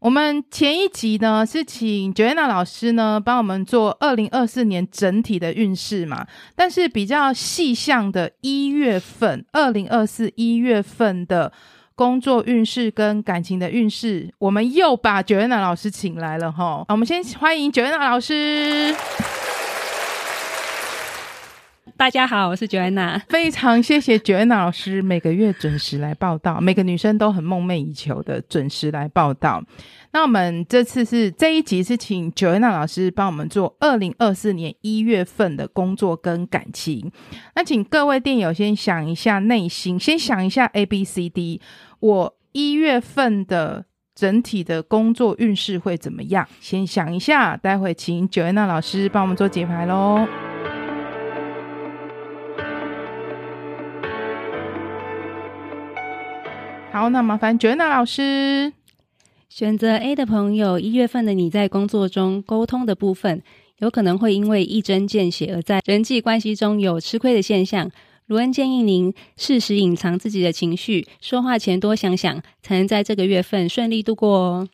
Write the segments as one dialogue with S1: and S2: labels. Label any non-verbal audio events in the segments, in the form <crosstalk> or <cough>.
S1: 我们前一集呢是请 Joanna 老师呢帮我们做二零二四年整体的运势嘛，但是比较细项的一月份，二零二四一月份的工作运势跟感情的运势，我们又把 Joanna 老师请来了哈。我们先欢迎 Joanna 老师。
S2: 大家好，我是 Joanna。
S1: 非常谢谢 Joanna 老师每个月准时来报道，每个女生都很梦寐以求的准时来报道。那我们这次是这一集是请 Joanna 老师帮我们做二零二四年一月份的工作跟感情。那请各位电友先想一下内心，先想一下 A B C D，我一月份的。整体的工作运势会怎么样？先想一下，待会请 Joanna 老师帮我们做解牌喽。好，那麻烦 Joanna 老师。
S2: 选择 A 的朋友，一月份的你在工作中沟通的部分，有可能会因为一针见血而在人际关系中有吃亏的现象。卢恩建议您适时隐藏自己的情绪，说话前多想想，才能在这个月份顺利度过哦。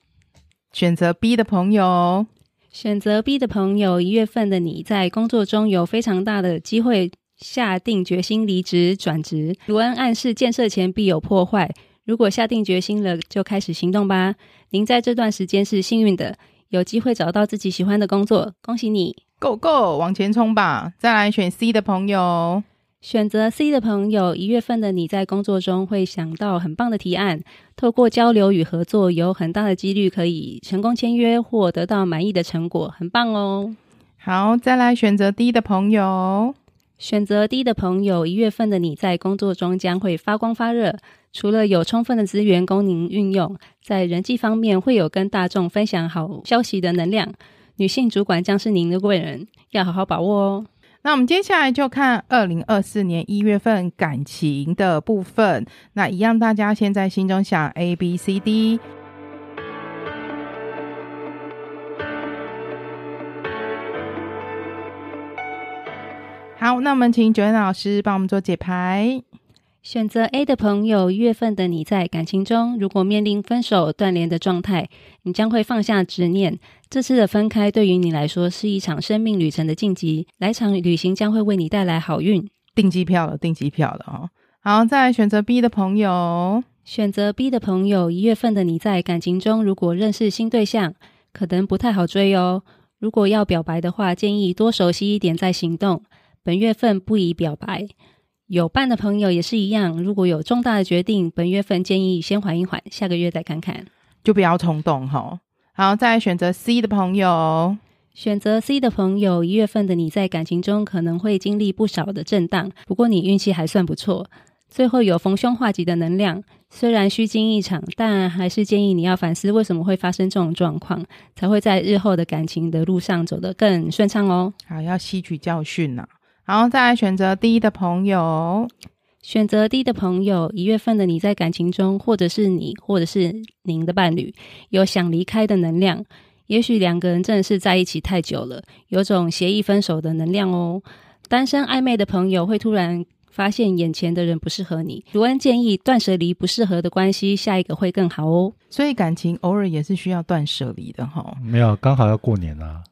S1: 选择 B 的朋友，
S2: 选择 B 的朋友，一月份的你在工作中有非常大的机会下定决心离职转职。卢恩暗示建设前必有破坏，如果下定决心了，就开始行动吧。您在这段时间是幸运的，有机会找到自己喜欢的工作，恭喜你！
S1: Go Go，往前冲吧！再来选 C 的朋友，
S2: 选择 C 的朋友，一月份的你在工作中会想到很棒的提案，透过交流与合作，有很大的几率可以成功签约或得到满意的成果，很棒哦！
S1: 好，再来选择 D 的朋友，
S2: 选择 D 的朋友，一月份的你在工作中将会发光发热。除了有充分的资源供您运用，在人际方面会有跟大众分享好消息的能量。女性主管将是您的贵人，要好好把握哦。
S1: 那我们接下来就看二零二四年一月份感情的部分。那一样，大家先在心中想 A B C D。好，那我们请 Joanna 老师帮我们做解牌。
S2: 选择 A 的朋友，一月份的你在感情中如果面临分手、断联的状态，你将会放下执念。这次的分开对于你来说是一场生命旅程的晋级，来场旅行将会为你带来好运。
S1: 订机票了，订机票了哦。好，再来选择 B 的朋友，
S2: 选择 B 的朋友，一月份的你在感情中如果认识新对象，可能不太好追哦。如果要表白的话，建议多熟悉一点再行动。本月份不宜表白。有伴的朋友也是一样，如果有重大的决定，本月份建议先缓一缓，下个月再看看。
S1: 就不要冲动哈、哦。好，再来选择 C 的朋友，
S2: 选择 C 的朋友，一月份的你在感情中可能会经历不少的震荡，不过你运气还算不错，最后有逢凶化吉的能量。虽然虚惊一场，但还是建议你要反思为什么会发生这种状况，才会在日后的感情的路上走得更顺畅哦。
S1: 好，要吸取教训呐、啊好，再来选择 D 的朋友，
S2: 选择 D 的朋友，一月份的你在感情中，或者是你，或者是您的伴侣，有想离开的能量。也许两个人真的是在一起太久了，有种协议分手的能量哦。单身暧昧的朋友会突然发现眼前的人不适合你。卢恩建议断舍离不适合的关系，下一个会更好哦。
S1: 所以感情偶尔也是需要断舍离的哦哈。
S3: 没有，刚好要过年
S1: <laughs>
S3: 啦、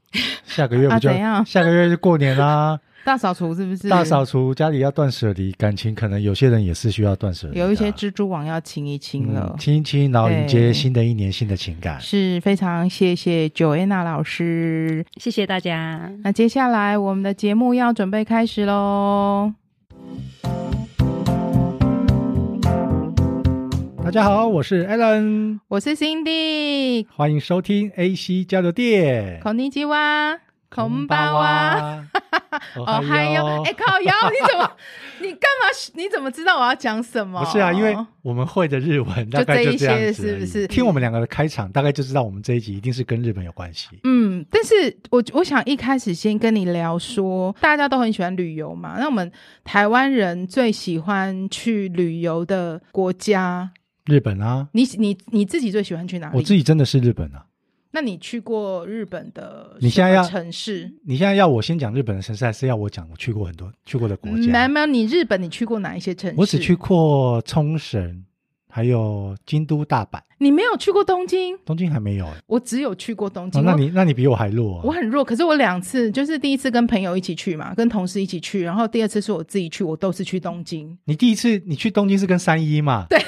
S3: 下个月
S1: 啊，
S3: 不就、
S1: 怎样？
S3: 下个月就过年啦、
S1: 大扫除 <laughs> 是不是？
S3: 大扫除，家里要断舍离，感情可能有些人也是需要断舍离的啊、
S1: 有一些蜘蛛网要清一清了
S3: 嗯，亲一亲，然后迎
S1: 对
S3: 接新的一年新的情感。
S1: 是非常谢谢 Joanna 老师。
S2: 谢谢大家。
S1: 那接下来我们的节目要准备开始喽。
S3: 大家好，我是 Alan，
S1: 我是 Cindy，
S3: 欢迎收听 AC 交流店。
S1: 孔尼基哇，孔巴哇。
S3: 哇！
S1: <laughs> 哦
S3: 哦
S1: 嗨
S3: 嗨
S1: 哟！
S3: 哟！
S1: 哎靠腰，你怎么，你干嘛？你怎么知道我要讲什么？
S3: 不是啊，因为我们会的日文大概
S1: 就这一
S3: 这样
S1: 些
S3: 子而已，
S1: 是不是
S3: 听我们两个的开场，大概就知道我们这一集一定是跟日本有关系。
S1: 嗯，但是我我想一开始先跟你聊说，大家都很喜欢旅游嘛，那我们台湾人最喜欢去旅游的国家，
S3: 日本啊，
S1: 你你你自己最喜欢去哪里？
S3: 我自己真的是日本啊。
S1: 那你去过日本的
S3: 你现在
S1: 什么
S3: 要
S1: 城市？
S3: 你现在要我先讲日本的城市，还是要我讲我去过很多去过的国
S1: 嗯
S3: 家？
S1: 没有，你日本你去过哪一些城市？
S3: 我只去过冲绳、还有京都、大阪，
S1: 你没有去过东京，
S3: 东京还没有哎、
S1: 我只有去过东
S3: 哦
S1: 京。
S3: 那
S1: 我
S3: 你那你比我还弱、
S1: 我
S3: 啊，
S1: 很弱，可是我两次就是第一次跟朋友一起去嘛，跟同事一起去，然后第二次是我自己去，我都是去东京。 <laughs>
S3: 你第一次你去东京是跟三一嘛？对，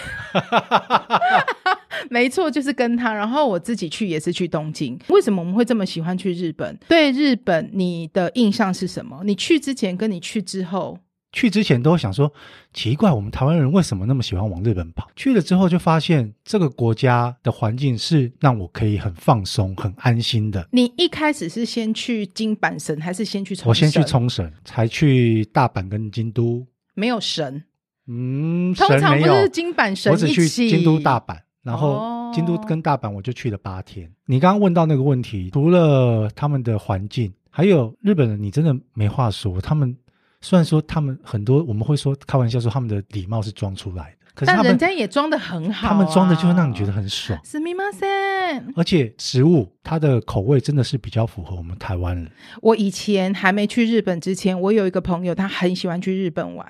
S1: 没错，就是跟他，然后我自己去也是去东京。为什么我们会这么喜欢去日本？对日本，你的印象是什么？你去之前跟你去之后，
S3: 去之前都会想说，奇怪，我们台湾人为什么那么喜欢往日本跑？去了之后就发现这个国家的环境是让我可以很放松、很安心的。
S1: 你一开始是先去金板神，还是先去冲？
S3: 我先去，冲绳，才去大阪跟京都。
S1: 没有神，
S3: 嗯，
S1: 通
S3: 神
S1: 常
S3: 没
S1: 不
S3: 有
S1: 是金板神
S3: 我只
S1: 一
S3: 去
S1: 起。
S3: 京都、大阪，然
S1: 哦
S3: 后京都跟大阪我就去了八天。你刚刚问到那个问题，除了他们的环境，还有日本人，你真的没话说。他们虽然说他们很多，我们会说开玩笑说他们的礼貌是装出来的，可是
S1: 但
S3: 他
S1: 人
S3: 们
S1: 家也装的很好、啊
S3: 他们装的就会让你觉得。很爽。
S1: すみません。
S3: 而且食物它的口味真的是比较符合我们台湾人，
S1: 我以前还没去日本之前，我有一个朋友，他很喜欢去日本玩，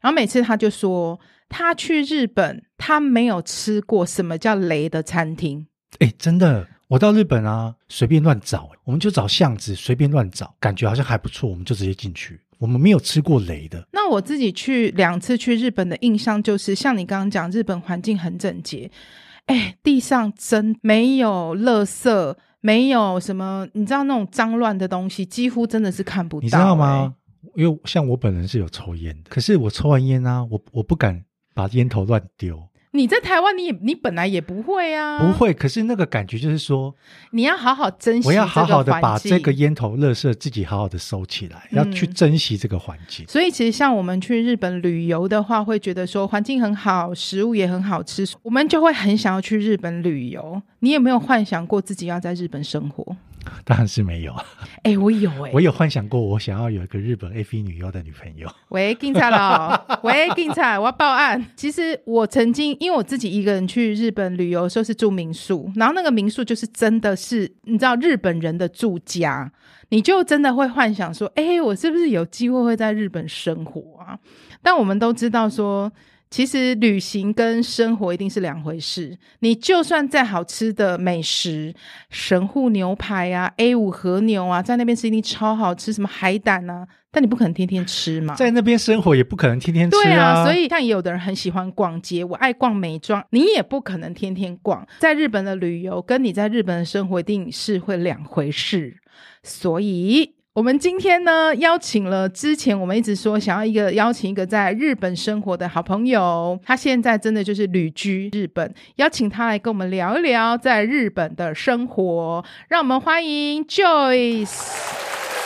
S1: 然后每次他就说，他去日本，他没有吃过什么叫雷的餐厅。
S3: 哎，真的，我到日本啊，随便乱找，我们就找巷子随便乱找，感觉好像还不错，我们就直接进去。我们没有吃过雷的，
S1: 那我自己去两次去日本的印象就是，像你刚刚讲，日本环境很整洁，哎，地上真没有垃圾，没有什么，你知道那种脏乱的东西，几乎真的是看不到、哎欸
S3: 你知道吗？因为像我本人是有抽烟的，可是我抽完烟啊，我我不敢把烟头乱丢，
S1: 哎？你在台湾，你也你本来也不会啊，
S3: 不，会。可是那个感觉就是说，
S1: 你要好好珍惜，
S3: 我要好好的把这个
S1: 环境
S3: 烟头、垃圾自己好好的收起来，
S1: 嗯
S3: 要去珍惜这个环境。
S1: 所以其实像我们去日本旅游的话，会觉得说环境很好，食物也很好吃，我们就会很想要去日本旅游。你有没有幻想过自己要在日本生活？
S3: <laughs> 当然是没有，
S1: 哎、我有哎、
S3: 我有幻想过，我想要有一个日本 A V 女优的女朋友。
S1: 喂，警察佬，喂，警察，我要报案。其实我曾经，因为哎我自己一个人去日本旅游的时候是住民宿，然后那个民宿就是真的是你知道日本人的住家，你就真的会幻想说，哎、我是不是有机会会在日本生活啊？但我们都知道说。其实旅行跟生活一定是两回事。你就算再好吃的美食，神户牛排啊、A 五和牛啊，在那边是一定超好吃，什么海胆啊，但你不可能天天吃嘛。
S3: 在那边生活也不可能天天吃
S1: 对
S3: 啊，
S1: 所以像有的人很喜欢逛街，我爱逛美妆，你也不可能天天逛。在日本的旅游跟你在日本的生活一定是会两回事，所以。我们今天呢，邀请了之前我们一直说想要一个邀请一个在日本生活的好朋友，他现在真的就是旅居日本，邀请他来跟我们聊一聊在日本的生活。让我们欢迎 Joyce。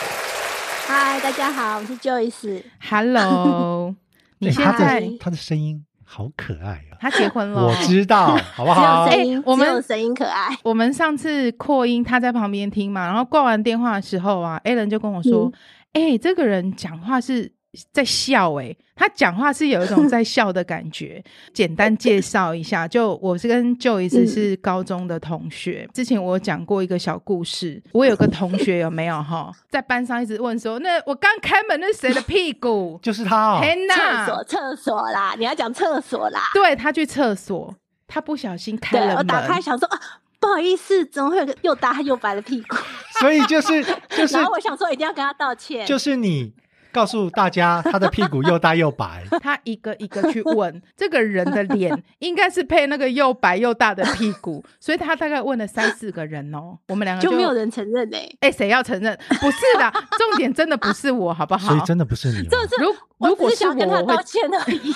S4: 嗨，大家好，我是 Joyce。 <laughs>
S1: Hello，你
S3: 哎
S1: 现
S3: 他
S1: 在
S3: 的他的声音好可爱啊，
S1: 他结婚了，
S3: 我知道，好不
S4: 只
S3: 好
S1: <laughs>
S4: 有？声音，
S1: 哎我们
S4: 只有声音可爱。
S1: 我们上次扩音，他在旁边听嘛，然后挂完电话的时候啊，Alan 就跟我说：“
S4: 嗯
S1: 哎、这个人讲话是在笑、欸，他讲话是有一种在笑的感觉。” <laughs> 简单介绍一下，就我是跟 Joyce
S4: 嗯
S1: 是高中的同学，之前我有讲过一个小故事，我有个同学有没有
S4: <laughs>
S1: 哈，在班上一直问说：“那我刚开门，那是谁的屁股
S3: 就是他、哦，
S1: 天
S4: 厕
S1: 哪！”
S4: 所，厕所啦，你要讲厕所啦。
S1: 对他去厕所，他不小心
S4: 对
S1: 开了，
S4: 我
S1: 门，
S4: 打开想说啊，不好意思，怎么会有个又大又白的屁股？
S3: 所以就是就是
S4: 然后我想说一定要跟他道歉。
S3: 就是你告诉大家他的屁股又大又
S4: <laughs>
S3: 白，
S1: 他一个一个去问这个人的脸，应该是配那个又白又大的屁股，所以他大概问了三四个人哦。我们两个
S4: 就
S1: 就
S4: 没有人承认哎、
S1: 哎，谁要承认？不是的，重点真的不是我，好不好
S3: 所以？真的不是你吗。
S4: 这是
S1: 如
S4: 我
S1: 如果
S4: 只是
S1: 是
S4: 想
S1: 我，
S4: 要跟他
S1: 我会
S4: 道歉而已。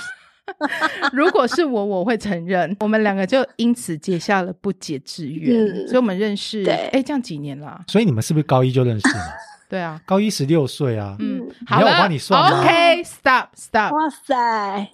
S1: 如果是我，我会承认。我们两个就因此结下了不解之缘，
S4: 嗯
S1: 所以我们认识
S4: 对
S1: 哎，这样几年啦？
S3: 所以你们是不是高一就认识了？ <laughs>
S1: 对啊，
S3: 高一十六岁啊，
S1: 嗯
S4: 嗯，
S1: 好
S3: 你要我
S1: 了
S3: 帮你算吗
S1: ，OK，stop stop，
S4: 哇塞，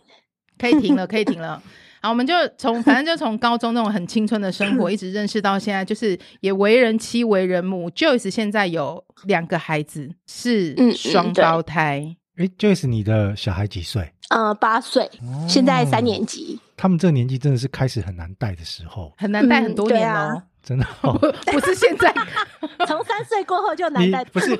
S1: 可以停了， <laughs> 可以停了。好，我们就从反正就从高中那种很青春的
S4: <laughs>
S1: 生活，一直认识到现在，就是也为人妻、为人母。Joyce 现在有两个孩子，是
S4: 嗯
S1: 双胞胎。
S3: 哎、j o y c e 你的小孩几岁？哦
S4: 呃，八岁，现在三年级，
S3: 他们这个年纪真的是开始很难带的时候，
S1: 很难带
S4: 嗯
S1: 很多
S4: 对
S1: 年
S4: 啊
S1: 哦，
S3: 真
S4: <laughs>
S3: 的、哦。
S1: 不是现在， <laughs>
S4: 从三岁过后就难
S3: 你
S4: 带。
S3: 不
S4: <laughs>
S3: 是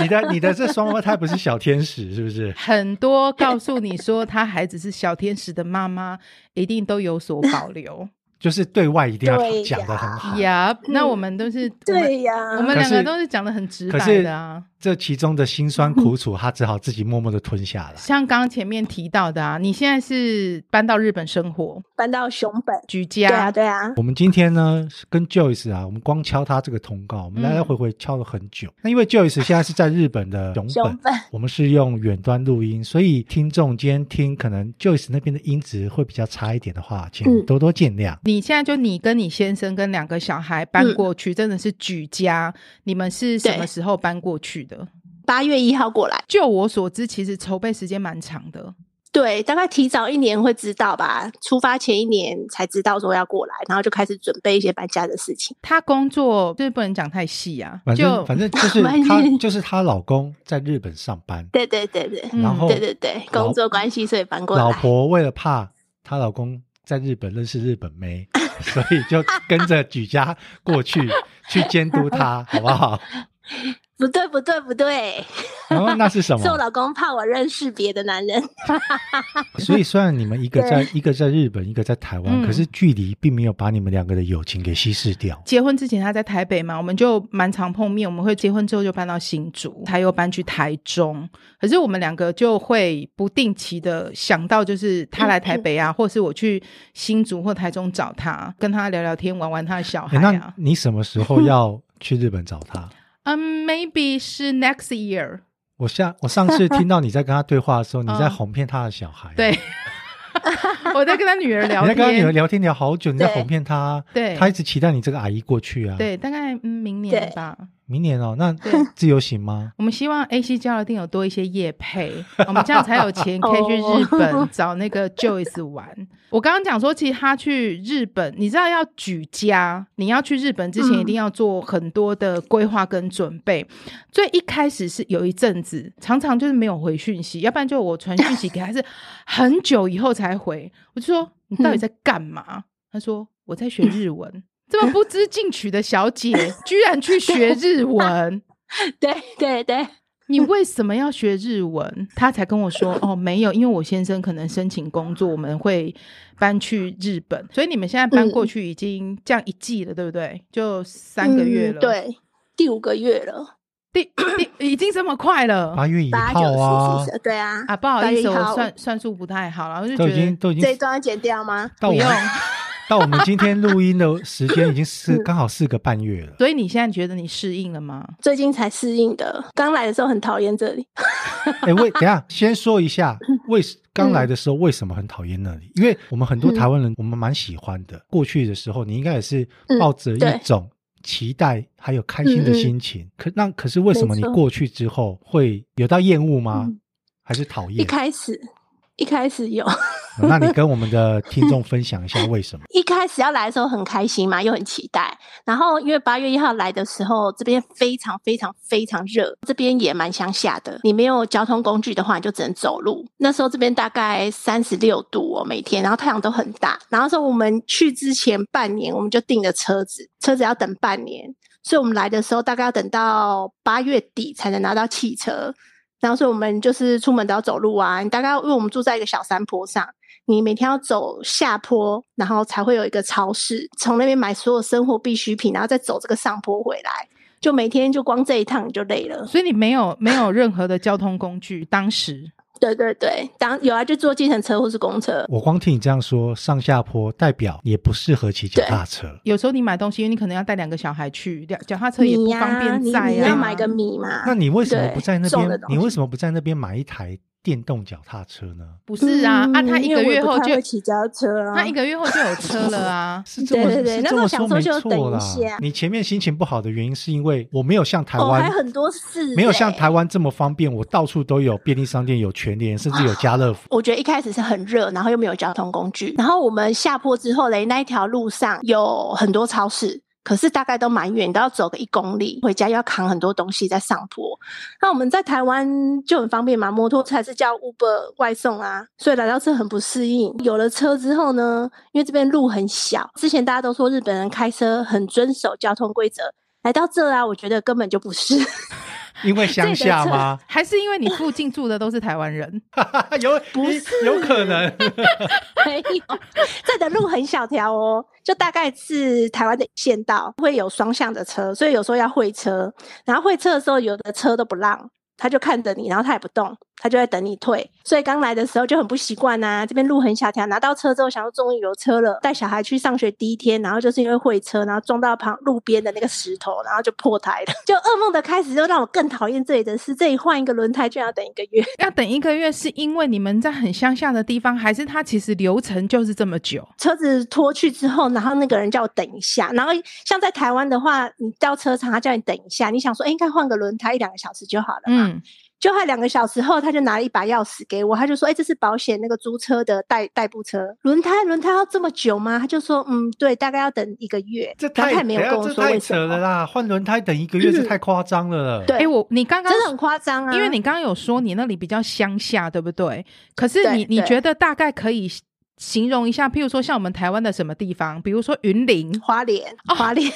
S3: 你的你的这双胞胎不是小天使是不是？
S1: 很多告诉你说他孩子是小天使的妈妈，一定都有所保
S4: <laughs>
S1: 留。
S3: 就是对外一定要
S4: 对呀
S3: 讲的很好。
S1: 呀，那我们都是我们
S4: 嗯对呀、
S1: 我们
S3: 可
S1: 两个
S3: 是
S1: 都是讲的很直
S3: 可
S1: 白
S3: 是
S1: 的啊。
S3: 这其中的辛酸苦楚，他只好自己默默的吞下来。
S1: 像刚刚前面提到的啊，你现在是搬到日本生活
S4: 搬到熊本。
S1: 举
S4: 对
S1: 家，
S4: 啊，对啊，
S3: <laughs> 我们今天呢，是跟 Joyce 啊，我们光敲他这个通告，我们
S1: 嗯
S3: 来来回回敲了很久。那因为 Joyce 现在是在日本的熊
S4: 熊
S3: 本，
S4: 本
S3: 我们是用远端录音，所以听众今天听可能 Joyce 那边的音质会比较差一点的话，请
S4: 嗯
S3: 多多见谅。
S1: 你现在就你跟你先生跟两个小孩搬过去，真的是举家。你们是什么
S4: 对
S1: 时候搬过去的？
S4: 八月一号过来，
S1: 就我所知，其实筹备时间蛮长的。
S4: 对，大概提早一年会知道吧。出发前一年才知道说要过来，然后就开始准备一些搬家的事情。
S1: 他工作就是不能讲太细啊，
S3: 反
S1: 就
S3: 正反正就是
S4: 反正
S3: 她，就是她老公在日本上班，
S4: 对对对对，
S1: 嗯
S3: 然后
S4: 对对对，
S3: 老
S4: 工作关系所以搬过来。
S3: 老婆为了怕她老公在日本认识日本妹， <laughs> 所以就跟着举家过去去监督她，好不好？
S4: 不对不对不对，
S3: 然后那是
S4: <laughs>
S3: 什
S4: 是我
S3: 么？
S4: 老公怕我认识别的男人。
S1: <laughs>
S4: <laughs>
S3: 所以虽然你们一个在一个在日本，一个在台湾，
S1: 嗯
S3: 可是距离并没有把你们两个的友情给稀释掉。
S1: 结婚之前他在台北嘛，我们就蛮常碰面。我们会结婚之后就搬到新竹，他又搬去台中。可是我们两个就会不定期的想到，就是他来台北啊，或是我去新竹或台中找他，跟他聊聊天，玩玩他的小孩
S3: 哎那
S1: 啊。
S3: 你什么时候要去日本找
S1: <laughs>
S3: 她？
S1: 嗯、m a y b e 是 next year。
S3: 我下我上次听到你在跟她对话
S1: <laughs>
S3: 的时候，你在
S1: 嗯
S3: 哄骗她的小孩，啊
S1: 对，我在跟他女儿聊
S3: 你在
S1: 天，
S3: 跟她女儿聊天聊好久，你在
S4: 对
S3: 哄骗她，
S1: 对
S3: 她一直期待你这个阿姨过去啊。，
S1: 对，大概嗯明年
S4: 对
S1: 吧。
S3: 明年哦，那自由行吗？
S1: 我们希望 A C 交流店有多一些业配， <laughs> 我们这样才有钱可以去日本找那个 Joyce 玩。我刚刚讲说，其实他去日本，你知道要举家，你要去日本之前
S4: 嗯
S1: 一定要做很多的规划跟准备。所以一开始是有一阵子，常常就是没有回讯息，要不然就我传讯息给他是很久以后才回。我就说你到底在干嘛？他说我在学日文。这么不知进取的小姐，居然去学日文。
S4: 对对对， <laughs>
S1: 你为什么要学日文？他才跟我说哦，没有，因为我先生可能申请工作，我们会搬去日本，所以你们现在搬
S4: 嗯
S1: 过去已经这样一季了，对不对？就三个月了，
S4: 嗯，对，第五个月了，
S1: 第第已经这么快了
S3: 八月一
S4: 八九
S3: 号啊
S4: 十，十，对啊。
S1: 啊！不好意思，
S4: 八月一
S1: 我
S4: 号
S1: 算算数不太好，然后就觉
S3: 都已经
S1: 得
S3: 都已
S4: 这一
S3: 经
S4: 段要剪掉吗？
S3: 到我
S1: 不
S3: 们
S1: 用
S3: <laughs> 到我们今天录音的时间已
S1: <laughs>
S3: 经是刚好四个半月了。
S1: 所以你现在觉得你适应了吗？
S4: 最近才适应的，刚来的时候很讨厌这里。
S3: <laughs> 哎，为等一下先说一
S4: <laughs>
S3: 下为
S4: 嗯
S3: 刚来的时候为什么很讨厌那里，因为我们很多台湾人我们蛮喜欢的。过去的时候，你应该也是抱着
S4: 嗯对嗯
S3: 一种期待还有开心的心情。可那可是为什么你
S4: 没错
S3: 过去之后会有到厌恶吗
S4: 嗯？
S3: 还是讨
S4: 一
S3: 厌？
S4: 开始，一开始有，
S3: 那你跟我们
S4: <laughs>
S3: 的听众分享一下为什么？
S4: 一开始要来的时候很开心嘛，又很期待。然后因为八月一号来的时候，这边非常非常非常热，这边也蛮乡下的。你没有交通工具的话，你就只能走路。那时候这边大概三十六度哦，每天，然后太阳都很大。然后说我们去之前半年，我们就订了车子，车子要等半年，所以我们来的时候大概要等到八月底才能拿到汽车。然后所以我们就是出门都要走路啊，你大概因为我们住在一个小山坡上。你每天要走下坡，然后才会有一个超市，从那边买所有生活必需品，然后再走这个上坡回来，就每天就光这一趟你就累了。
S1: 所以你没有没有任何的交通工具，当时
S4: 对对对，当有啊就坐计程车或是公车，
S3: 我光听你这样说，上下坡代表也不适合骑脚踏车。
S1: 有时候你买东西，因为你可能要带两个小孩去，脚脚踏车也
S4: 米
S1: 不
S4: 呀、
S1: 方便
S4: 你
S1: 载
S4: 你
S1: 啊。
S4: 要买个米嘛。
S3: 那你为什么
S4: 对
S3: 不在那
S4: 重的
S3: 边？
S4: 东西
S3: 你为什么不在那边买一台电动脚踏车呢？。
S1: 不是啊、啊，
S4: 嗯
S1: 他一
S4: 因
S1: 个
S4: 为我也
S1: 月
S4: 不
S1: 后
S4: 太
S1: 就
S4: 会骑脚踏车啊，
S1: 他一个月后就有车了
S4: <laughs>
S1: 啊
S3: 是这么
S4: 对对对
S3: 是
S4: 那
S3: 这
S4: 时
S3: 么
S4: 候想
S3: 说
S4: 说
S3: 没
S4: 就
S3: 错啦
S4: 等一下。
S3: 你前面心情不好的原因是因为我没有像台
S4: 哦，还
S3: 湾
S4: 很多事、欸
S3: 没有像台。湾这么方便，我到处都有便利商店、有全联，甚至有家乐福。
S4: 我觉得一开始是很热，然后又没有交通工具，然后我们下坡之后嘞，那一条路上有很多超市。可是大概都蛮远，你都要走个一公里，回家又要扛很多东西在上坡。那我们在台湾就很方便嘛，摩托车还是叫 Uber 外送啊，所以来到这很不适应。有了车之后呢，因为这边路很小，之前大家都说日本人开车很遵守交通规则，来到这啊，我觉得根本就不是。 <laughs>
S3: 因为乡下吗？ <laughs>
S1: 还是因为你附近住的都是台湾人？
S3: 有
S4: 不
S3: 你
S4: 是
S3: 有可能，
S4: 没有，这的路很小条哦，就大概是台湾的县道，会有双向的车，所以有时候要会车。然后会车的时候，有的车都不让，他就看着你，然后他也不动，他就在等你退。所以刚来的时候就很不习惯呐、这边路很小条。拿到车之后，想说终于有车了，带小孩去上学第一天，然后就是因为会车，然后撞到旁路边的那个石头，然后就破胎了。就噩梦的开始，就让我更讨厌这里的是，这里换一个轮胎居然要等一个月。
S1: 要等一个月，是因为你们在很乡下的地方，还是它其实流程就是这么久？
S4: 车子拖去之后，然后那个人叫我等一下，然后像在台湾的话，你到车厂他叫你等一下，你想说，哎，应该换个轮胎一两个小时就好了嘛。
S1: 嗯，
S4: 就他两个小时后，他就拿了一把钥匙给我，他就说，哎，这是保险那个租车的代代步车，轮胎轮胎要这么久吗？他就说，嗯，对，大概要等一个月。
S3: 这
S4: 然后
S3: 太
S4: 他也没有
S3: 等一下
S4: 跟我
S3: 这
S4: 说
S3: 太
S4: 为什
S3: 扯了
S4: 么，
S3: 啦！换轮胎等一个月，这
S4: 嗯
S3: 太夸张了。
S4: 对
S1: 哎、我你刚刚
S4: 真的很夸张啊。
S1: 因为你刚刚有说你那里比较乡下，对不对？可是
S4: 对
S1: 你你
S4: 对
S1: 觉得大概可以形容一下，譬如说像我们台湾的什么地方，比如说云林，
S4: 花莲，
S1: 哦
S4: 花莲，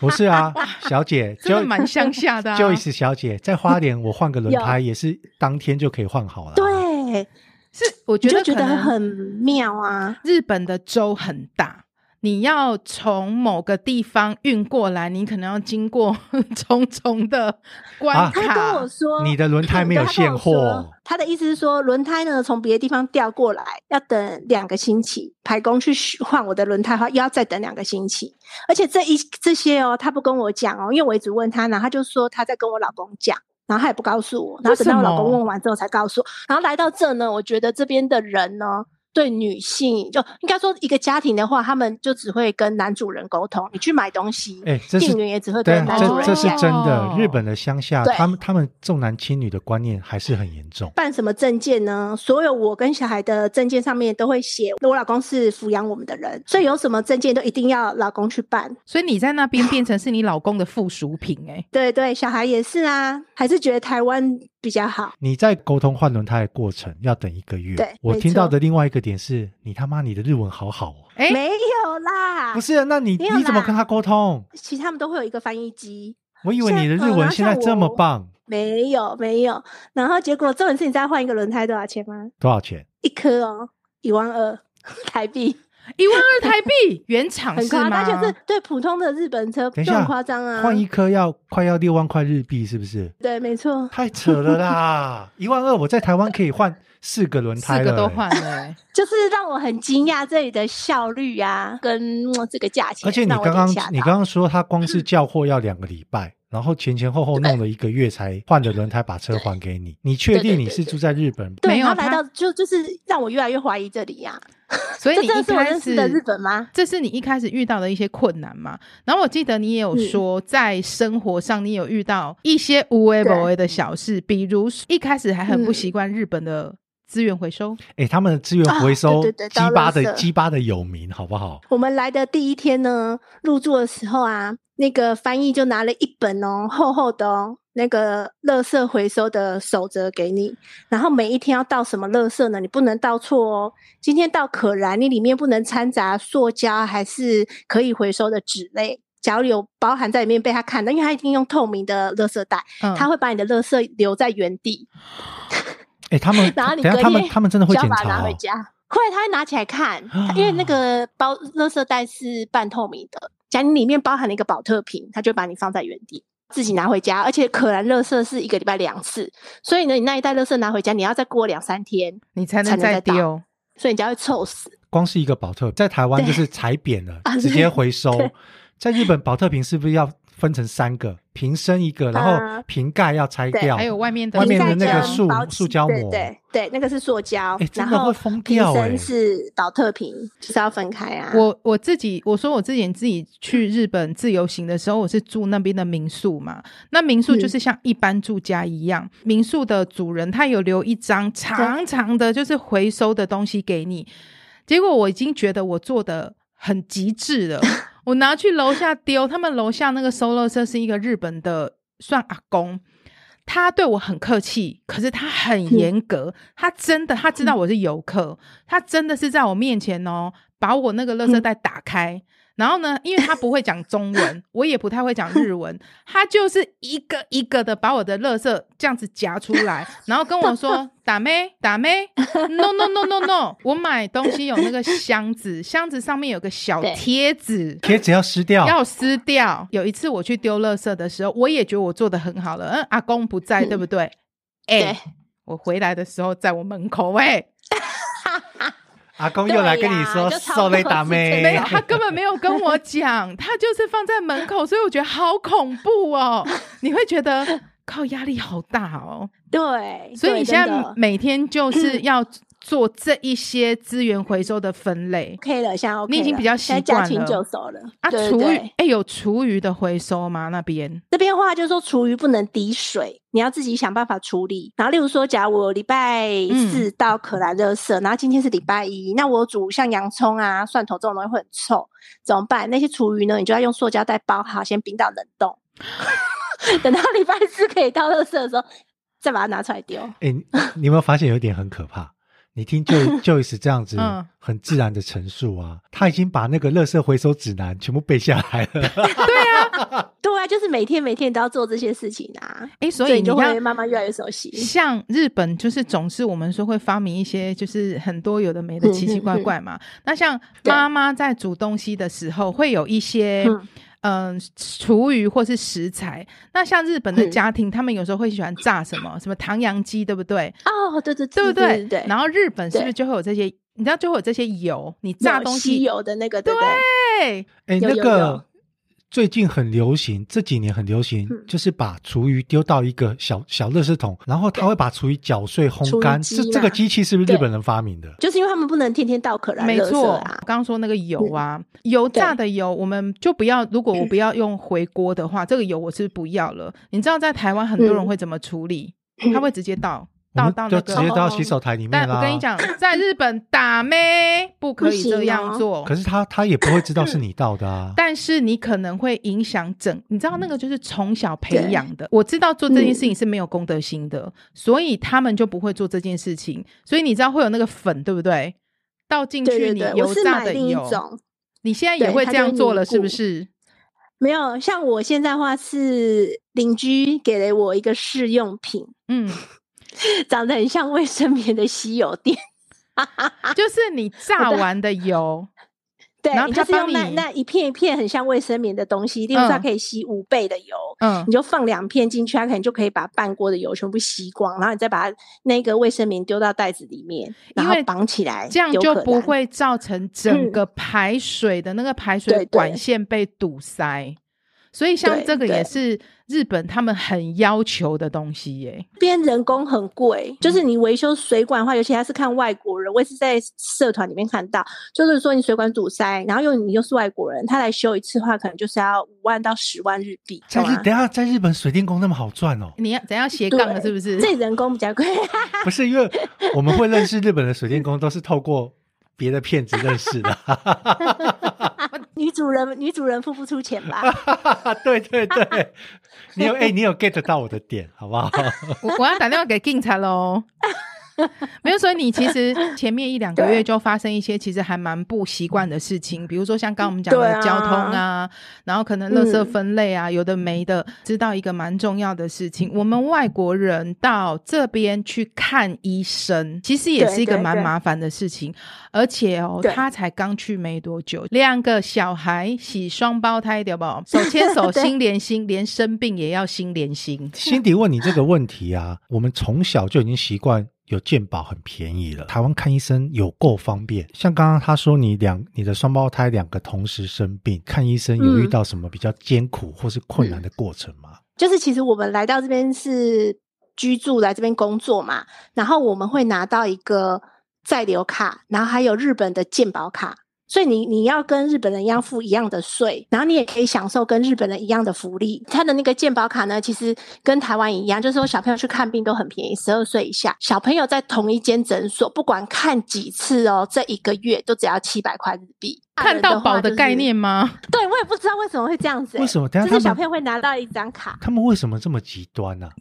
S3: 不是啊，小
S4: <laughs>
S3: 姐，
S1: 真
S3: 就
S1: 的蛮乡下的、啊。
S3: Joyce 小姐在花莲，我换个轮
S4: 有
S3: 胎也是当天就可以换好了。
S4: 对，
S1: 是我觉
S4: 你
S1: 得
S4: 就觉得
S1: 可能
S4: 很妙啊。
S1: 日本的州很大，你要从某个地方运过来，你可能要经过 <laughs> 重重的关
S3: 啊
S1: 卡。
S4: 他跟我说，
S3: 你的轮胎没有现
S4: 对他跟我
S3: 货
S4: 说，他的意思是说，轮胎呢从别的地方调过来，要等两个星期，排工去换我的轮胎的话，又要再等两个星期。而且这一这些哦，他不跟我讲哦，因为我一直问他，然后他就说他在跟我老公讲。然后他也不告诉我，然后等到我老
S1: 为
S4: 公
S1: 什么
S4: 问完之后才告诉我。然后来到这呢，我觉得这边的人呢，对女性就应该说一个家庭的话，他们就只会跟男主人沟通。你去买东西，
S3: 哎，这是
S4: 店员也只会
S3: 对
S4: 跟
S3: 啊，
S4: 男主
S3: 这
S4: 人
S3: 这是
S4: 讲。
S3: 真的
S1: 哦。
S3: 日本的乡下，
S4: 对
S3: 他们他们重男轻女的观念还是很严重。
S4: 办什么证件呢？所有我跟小孩的证件上面都会写，我老公是抚养我们的人，所以有什么证件都一定要老公去办。
S1: 所以你在那边变成是你老公的附属品、欸，
S4: 对对，小孩也是啊，还是觉得台湾比较好。
S3: 你在沟通换轮胎的过程要等一个月
S4: 对。
S3: 我
S4: 没
S3: 听到
S4: 错
S3: 的另外一个点是，你他妈你的日文好好哦。
S1: 哎、哎，
S4: 没有啦，
S3: 不是啊，那你
S4: 没有
S3: 你怎么
S4: 啦
S3: 跟他沟通？
S4: 其实他们都会有一个翻译机。
S3: 我以为
S4: 像
S3: 你的日
S4: 呃然
S3: 文
S4: 后
S3: 现在
S4: 像
S3: 这么
S4: 我
S3: 棒，
S4: 没有没有，然后结果重点是你再换一个轮胎多少钱吗？
S3: 多少钱？
S4: 一颗哦，一
S3: <laughs>
S4: 万二台币，
S1: 一万二台币，原厂
S4: 很
S1: 是
S4: 夸张，
S1: 吗？
S4: 而且是对普通的日本车
S3: 等一
S4: 就
S3: 下
S4: 很夸张啊。
S3: 换一颗要快要六万块日币，是不是？
S4: 对，没错，
S3: 太扯了
S4: <laughs>
S3: 啦！一万二，我在台湾可以换四个轮胎
S1: 四
S3: 了、
S1: 个都
S3: 欸
S1: 换了、
S4: <laughs>
S1: 欸
S4: 就是让我很惊讶这里的效率啊，跟嗯这个价钱。
S3: 而且你
S4: 让我
S3: 刚
S4: 有
S3: 刚
S4: 点吓到
S3: 你刚刚说他光
S4: 嗯
S3: 是叫货要两个礼拜，然后前前后后弄了一个月才换的轮胎把车还给你，你确定你是住在日本？
S4: 对，
S1: 没有
S4: 然后来
S1: 他
S4: 到就就是让我越来越怀疑这里呀、
S1: 所以
S4: 这
S1: 你一
S4: 真的是我
S1: 开
S4: 认
S1: 始
S4: 识的日本吗？
S1: 这是你一开始遇到的一些困难嘛？然后我记得你也有
S4: 嗯
S1: 说，在生活上你有遇到一些无微不微的小事，比如一开始还很
S4: 嗯
S1: 不习惯日本的资源回收，
S3: 哎、他们的资源回收
S4: 啊对对对
S3: 鸡巴
S4: 倒垃
S3: 的
S4: 圾
S3: 鸡巴的有名，好不好？
S4: 我们来的第一天呢，入住的时候啊，那个翻译就拿了一本哦，厚厚的哦，那个垃圾回收的守则给你。然后每一天要倒什么垃圾呢？你不能倒错哦。今天倒可燃，你里面不能掺杂塑胶还是可以回收的纸类。假如有包含在里面被他看到，因为他一定用透明的垃圾袋，
S1: 嗯，
S4: 他会把你的垃圾留在原地。
S3: 哎、他
S4: <laughs>
S3: 们
S4: 然后你
S3: 等一下
S4: 隔
S3: 他们
S4: 夜
S3: 他们真的会
S4: 只要
S3: 检
S4: 把它
S3: 查、
S4: 拿回
S3: 哦，啊
S4: 家，会，他会拿起来看，因为那个包垃圾袋是半透明的，假如你里面包含了一个保特瓶，他就把你放在原地。自己拿回家，而且可燃垃圾是一个礼拜两次，所以呢，你那一袋垃圾拿回家，你要再过两三天，
S1: 你才能
S4: 才能
S1: 再
S4: 再倒
S1: 丢。
S4: 所以人家会臭死。
S3: 光是一个保特在台湾就是踩扁
S4: <laughs>
S3: 了，直接回收
S4: 啊对。
S3: 在日本保特瓶是不是要分成三个，瓶身一个，然后
S4: 啊
S3: 瓶盖要拆
S4: 对
S3: 掉，
S1: 还有外面的
S3: 外面的那个
S4: 瓶盖跟
S3: 塑
S4: 保
S3: 塑胶膜，
S4: 对对对，那个是塑胶，
S3: 哎真
S4: 然
S3: 的
S4: 后
S3: 会疯掉
S4: 瓶
S3: 哎
S4: 身是保特瓶，就是要分开啊。
S1: 我我自己我说我之前自己去日本自由行的时候，我是住那边的民宿嘛。那民宿就是像一般住家一样，民宿的主人他有留一张长长的，就是回收的东西给你。结果我已经觉得我做的很极致了，我拿去楼下丢，他们楼下那个收垃圾是一个日本的，算阿公。他对我很客气，可是他很严格。他真的，他知道我是游客，他真的是在我面前哦，把我那个垃
S4: 嗯
S1: 圾袋打开。然后呢，因为他不会讲中文， <laughs> 我也不太会讲日文，他就是一个一个的把我的垃圾这样子夹出来，然后跟我说：“打妹，打妹，no no no no no，我买东西有那个箱子，箱子上面有个小
S4: 对
S1: 贴纸。”
S3: 贴纸要撕掉，
S1: 要撕掉。有一次我去丢垃圾的时候，我也觉得我做的很好了。嗯，阿公不在，对不对？哎、
S4: 嗯对
S1: 我回来的时候在我门口、哎、
S3: 阿公又来跟你说
S4: 对呀就差不多
S3: 受累打妹，
S4: 哎 <laughs>
S1: 没有，他根本没有跟我讲，他就是放在门口，所以我觉得好恐怖哦。
S4: <laughs>
S1: 你会觉得靠压力好大哦，
S4: 对，
S1: 所以
S4: 对
S1: 你现
S4: 真
S1: 在
S4: 的
S1: 每天就是要做这一些资源回收的分类。
S4: OK 了，现在 OK，
S1: 你已经
S4: 了
S1: 比较习
S4: 现在驾
S1: 惯
S4: 轻
S1: 了
S4: 就熟了
S1: 啊，
S4: 对
S1: 厨余
S4: 对
S1: 哎、有厨余的回收吗？那边
S4: 这边的话就是说，厨余不能滴水，你要自己想办法处理。然后，例如说，假如我礼拜
S1: 嗯
S4: 四到可来热色，然后今天是礼拜一，那我煮像洋葱啊、蒜头这种东西会很臭，怎么办？那些厨余呢，你就要用塑胶袋包好，先冰到冷
S1: <laughs>
S4: 冻，等到礼拜四可以到热色的时候，再把它拿出来丢。
S3: 哎、你 <laughs> 你有没有发现有一点很可怕？你听就就是这样子
S1: 嗯
S3: 很自然的陈述啊，他已经把那个垃圾回收指南全部背下来了。
S4: 对啊，就是每天每天都要做这些事情啊，
S1: 哎、所
S4: 所
S1: 以
S4: 以
S1: 你
S4: 就
S1: 要
S4: 会慢慢越来越熟悉。
S1: 像日本就是总是我们说会发明一些就是很多有的没的
S4: 嗯
S1: 奇奇怪怪嘛。那像妈妈在煮东西的时候会有一些
S4: 嗯
S1: 嗯、厨余或是食材。那像日本的
S4: 嗯
S1: 家庭，他们有时候会喜欢炸什么什么唐扬鸡，对不对？
S4: 哦，对对
S1: 对不
S4: 对对对，
S1: 然后日本是不是
S4: 对
S1: 就会有这些？你知道就会有这些油，你炸
S4: 有
S1: 东
S4: 吸
S1: 西
S4: 油的那个，对不
S1: 对
S4: 对？
S1: 对
S3: 哎、
S4: 有
S3: 那
S4: 有
S3: 个
S4: 有
S3: 最近很流行，这几年很流行，
S4: 嗯
S3: 就是把厨余丢到一个小小垃圾桶，然后他会把厨余搅碎烘干。
S4: 厨余
S3: 这
S4: 机
S3: 这个
S4: 嘛
S3: 机器是不是
S4: 对
S3: 日本人发明的？
S4: 就是因为他们不能天天倒可燃
S1: 没
S4: 垃圾
S1: 错，
S4: 啊嗯
S1: 我，刚刚说那个油啊，油炸的油，我们就不要。如果
S4: <clears throat>
S1: 我不要用回锅的话，这个油我是不要了。你知道在台湾很多人
S4: 嗯
S1: 会怎么处
S4: <clears throat>
S1: 理？他会直接倒
S3: 我
S1: 倒
S3: 们
S1: 到那
S3: 就直接
S1: 个。
S4: 哦
S3: 到洗手台里面
S1: 但
S3: 啦。
S1: 我跟你，讲，在日本打妹不可以
S4: 不行
S1: 这
S4: 哦
S1: 样做
S3: 可。是他他也不会知道是你倒的啊。
S1: <laughs> 但是你可能会影响整，你知道那个就是从小培养的。我知道做这件
S4: 嗯
S1: 事情是没有公德心的，所以他们就不会做这件事情。所以你知道会有那个粉，对不对？倒进
S4: 对
S1: 去
S4: 对
S1: 你
S4: 对，
S1: 油
S4: 我是
S1: 炸
S4: 买
S1: 的
S4: 另一
S1: 油，
S4: 种，
S1: 你现在也
S4: 对
S1: 会
S4: 它
S1: 这
S4: 就
S1: 样
S4: 会
S1: 做
S4: 凝
S1: 了，是不
S4: 固
S1: 是？
S4: 没有像我现在的话是邻居给了我一个试用品， <laughs>
S1: 嗯，
S4: 长得很像卫生棉的吸油垫，
S1: 就是你炸完的油，
S4: 对，
S1: 然后
S4: 你
S1: 他
S4: 就是用
S1: 帮
S4: 那
S1: 你
S4: 那一片一片很像卫生棉的东西，例如说它
S1: 嗯
S4: 可以吸五倍的油。
S1: 嗯
S4: 你，就放两片进去，它可能就可以把半锅的油全部吸光，然后你再把它那个卫生棉丢到袋子里面，然
S1: 因
S4: 后
S1: 为
S4: 绑起来，
S1: 这样
S4: 丢
S1: 就
S4: 可
S1: 不
S4: 燃
S1: 会造成整
S4: 嗯
S1: 个排水的那个排
S4: 对
S1: 水
S4: 对
S1: 管线被堵塞。所以像
S4: 对
S1: 这个也
S4: 对
S1: 是日本他们很要求的东西耶。，
S4: 这边人工很贵，就是你维修水管的话，尤其他是看外国人，我也是在社团里面看到，就是说你水管堵塞，然后又你又是外国人，他来修一次的话，可能就是要五万到十万日币，
S3: 在
S4: 懂
S3: 日
S4: 吗
S3: 等？一下在日本水电工那么好赚哦
S1: 你要怎样斜杠了，
S4: 对
S1: 是不是？
S4: 这人工比较贵， <laughs>
S3: 不是因为我们会认识日本的水电工都是透过别的骗子认识的。 <laughs>
S4: 女主人女主人付不出钱吧？
S3: 对对对，你有哎、你有 get 到我的点，好不好？
S1: 我我要打电话给警察
S4: <laughs>
S1: 喽。没有，所以你其实前面一两个月就发生一些其实还蛮不习惯的事情，比如说像刚刚我们讲
S4: 对
S1: 的
S4: 啊
S1: 交通啊，然后可能垃圾分类啊，有的没的，知道一个蛮重要的事情，我们外国人到这边去看医生，其实也
S4: 对
S1: 是一个
S4: 对
S1: 蛮
S4: 对
S1: 麻烦的事情，而且哦，
S4: 对
S1: 他才刚去没多久，两个小孩喜双胞胎对不？
S4: <laughs>
S1: 手牵手
S4: 对
S1: 心连心，连生病也要心连心。
S3: 辛迪问你这个问题啊，我们从小就已经习惯有健保很便宜了，台湾看医生有够方便。像刚刚他说你两你的双胞胎两个同时生病，看医生有遇到什么比较艰苦或是困难的过程吗？
S4: 就是其实我们来到这边是居住，来这边工作嘛，然后我们会拿到一个在留卡，然后还有日本的健保卡。所以你你要跟日本人一样付一样的税，然后你也可以享受跟日本人一样的福利。他的那个健保卡呢，其实跟台湾一样，就是说小朋友去看病都很便宜，十二岁以下小朋友在同一间诊所，不管看几次哦，这一个月都只要七百块日币。
S1: 看到宝的概念
S4: 吗？ <laughs>
S1: 吗？
S4: 对我也不知道为什么会这样子、欸，
S3: 为什么？等一
S4: 就
S3: 下
S4: 是
S3: 他
S4: 小
S3: 们
S4: 朋友会拿到一张卡，
S3: 他们为什么这么极端呢、啊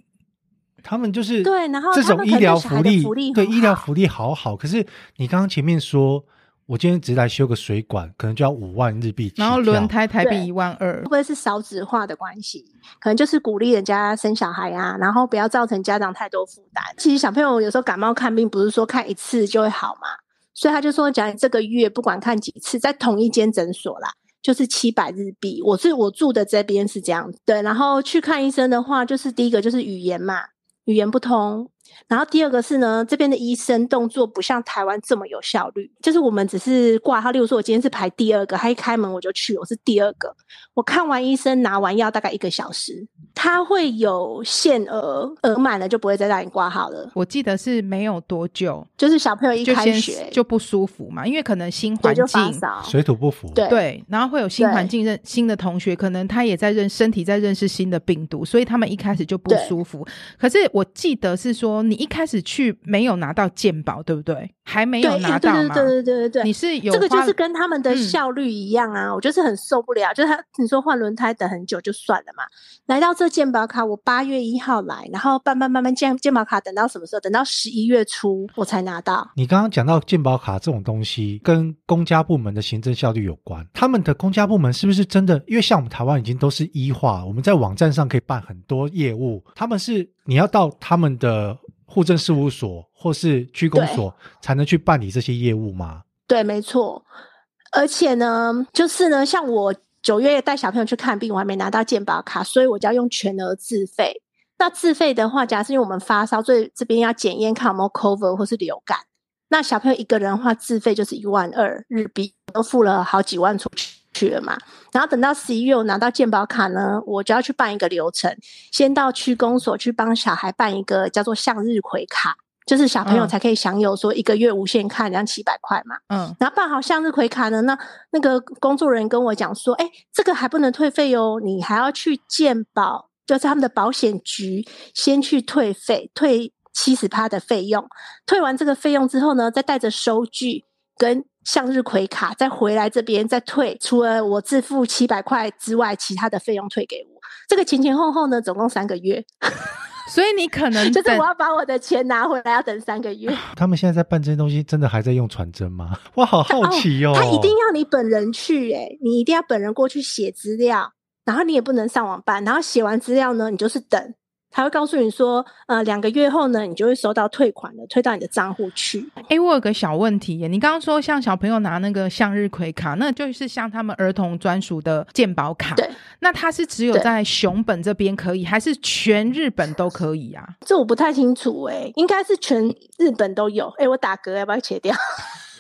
S3: 他们就是
S4: 对然后
S3: 这
S4: 他
S3: 种
S4: 们
S3: 医
S4: 可能对
S3: 疗
S4: 小
S3: 福
S4: 孩的
S3: 利，
S4: 福利
S3: 对
S4: 很
S3: 医疗
S4: 好
S3: 福利好好。可是你刚刚前面说，我今天只来修个水管，可能就要五万日币起跳，
S1: 然后轮胎台
S4: 对
S1: 币一万二
S4: 会不，会是少子化的关系？可能就是鼓励人家生小孩啊，然后不要造成家长太多负担。其实小朋友有时候感冒看病，不是说看一次就会好嘛，所以他就说，假如这个月不管看几次，在同一间诊所啦。就是七百日币，我是我住的这边是这样，对。然后去看医生的话，就是第一个就是语言嘛，语言不通。然后第二个是呢，这边的医生动作不像台湾这么有效率，就是我们只是挂号，例如说我今天是排第二个，他一开门我就去，我是第二个，我看完医生拿完药大概一个小时，他会有限额，额满了就不会再让你挂号了。
S1: 我记得是没有多久
S4: 就是小朋友一
S1: 就
S4: 开
S1: 先
S4: 学
S1: 就不舒服嘛，因为可能新
S4: 对
S1: 环
S4: 就发
S1: 境。
S4: 烧，
S3: 水土不服。
S4: 对
S1: 对，然后会有新环
S4: 对
S1: 境认新的同学，可能他也在认身体在认识新的病毒，所以他们一开始就不
S4: 对
S1: 舒服。可是我记得是说，你一开始去没有拿到健保，对不对？还没有
S4: 对
S1: 拿
S4: 对
S1: 到
S4: 对
S1: 嘛？
S4: 对对对对
S1: 你
S4: 对。
S1: 是有
S4: 这个就
S1: 花
S4: 是跟他们的
S1: 嗯
S4: 效率一样啊，我就是很受不了。就是他，你说换轮胎等很久就算了嘛，来到这健保卡，我八月一号来，然后慢慢慢慢健健保卡等到什么时候？等到十一月初我才拿到。
S3: 你刚刚讲到健保卡这种东西，跟公家部门的行政效率有关。他们的公家部门是不是真的？因为像我们台湾已经都是医化，我们在网站上可以办很多业务。他们是你要到他们的户政事务所或是区公所才能去办理这些业务吗？
S4: 对，没错。而且呢，就是呢，像我九月带小朋友去看病，我还没拿到健保卡，所以我就要用全额自费。那自费的话，假设因为我们发烧，所以这边要检验看有没有 cover 或是流感。那小朋友一个人的话，自费就是一万二日币，都付了好几万出去去了嘛。然后等到十一月我拿到健保卡呢，我就要去办一个流程，先到区公所去帮小孩办一个叫做向日葵卡，就是小朋友
S1: 嗯
S4: 才可以享有说一个月无限看，然后七百块嘛。
S1: 嗯，
S4: 然后办好向日葵卡呢，那那个工作人员跟我讲说，哎，这个还不能退费哦，你还要去健保，就是他们的保险局先去退费，退七十趴的费用。退完这个费用之后呢，再带着收据跟向日葵卡再回来这边再退，除了我自付七百块之外，其他的费用退给我。这个前前后后呢，总共三个月，
S1: 所以你可能
S4: 就是
S1: 等
S4: 我要把我的钱拿回来，要等三个月。
S3: 他们现在在办这些东西，真的还在用传真吗？ <laughs> 我好好奇哦。
S4: 他一定要你本人去、欸，你一定要本人过去写资料，然后你也不能上网办，然后写完资料呢，你就是等，他会告诉你说，呃，两个月后呢，你就会收到退款的，退到你的账户去。
S1: 哎、我有个小问题耶，你刚刚说像小朋友拿那个向日葵卡，那就是像他们儿童专属的健保卡。
S4: 对，
S1: 那它是只有
S4: 对
S1: 在熊本这边可以，还是全日本都可以啊？
S4: 这我不太清楚、欸，应该是全日本都有。哎、我打嗝要不要切掉？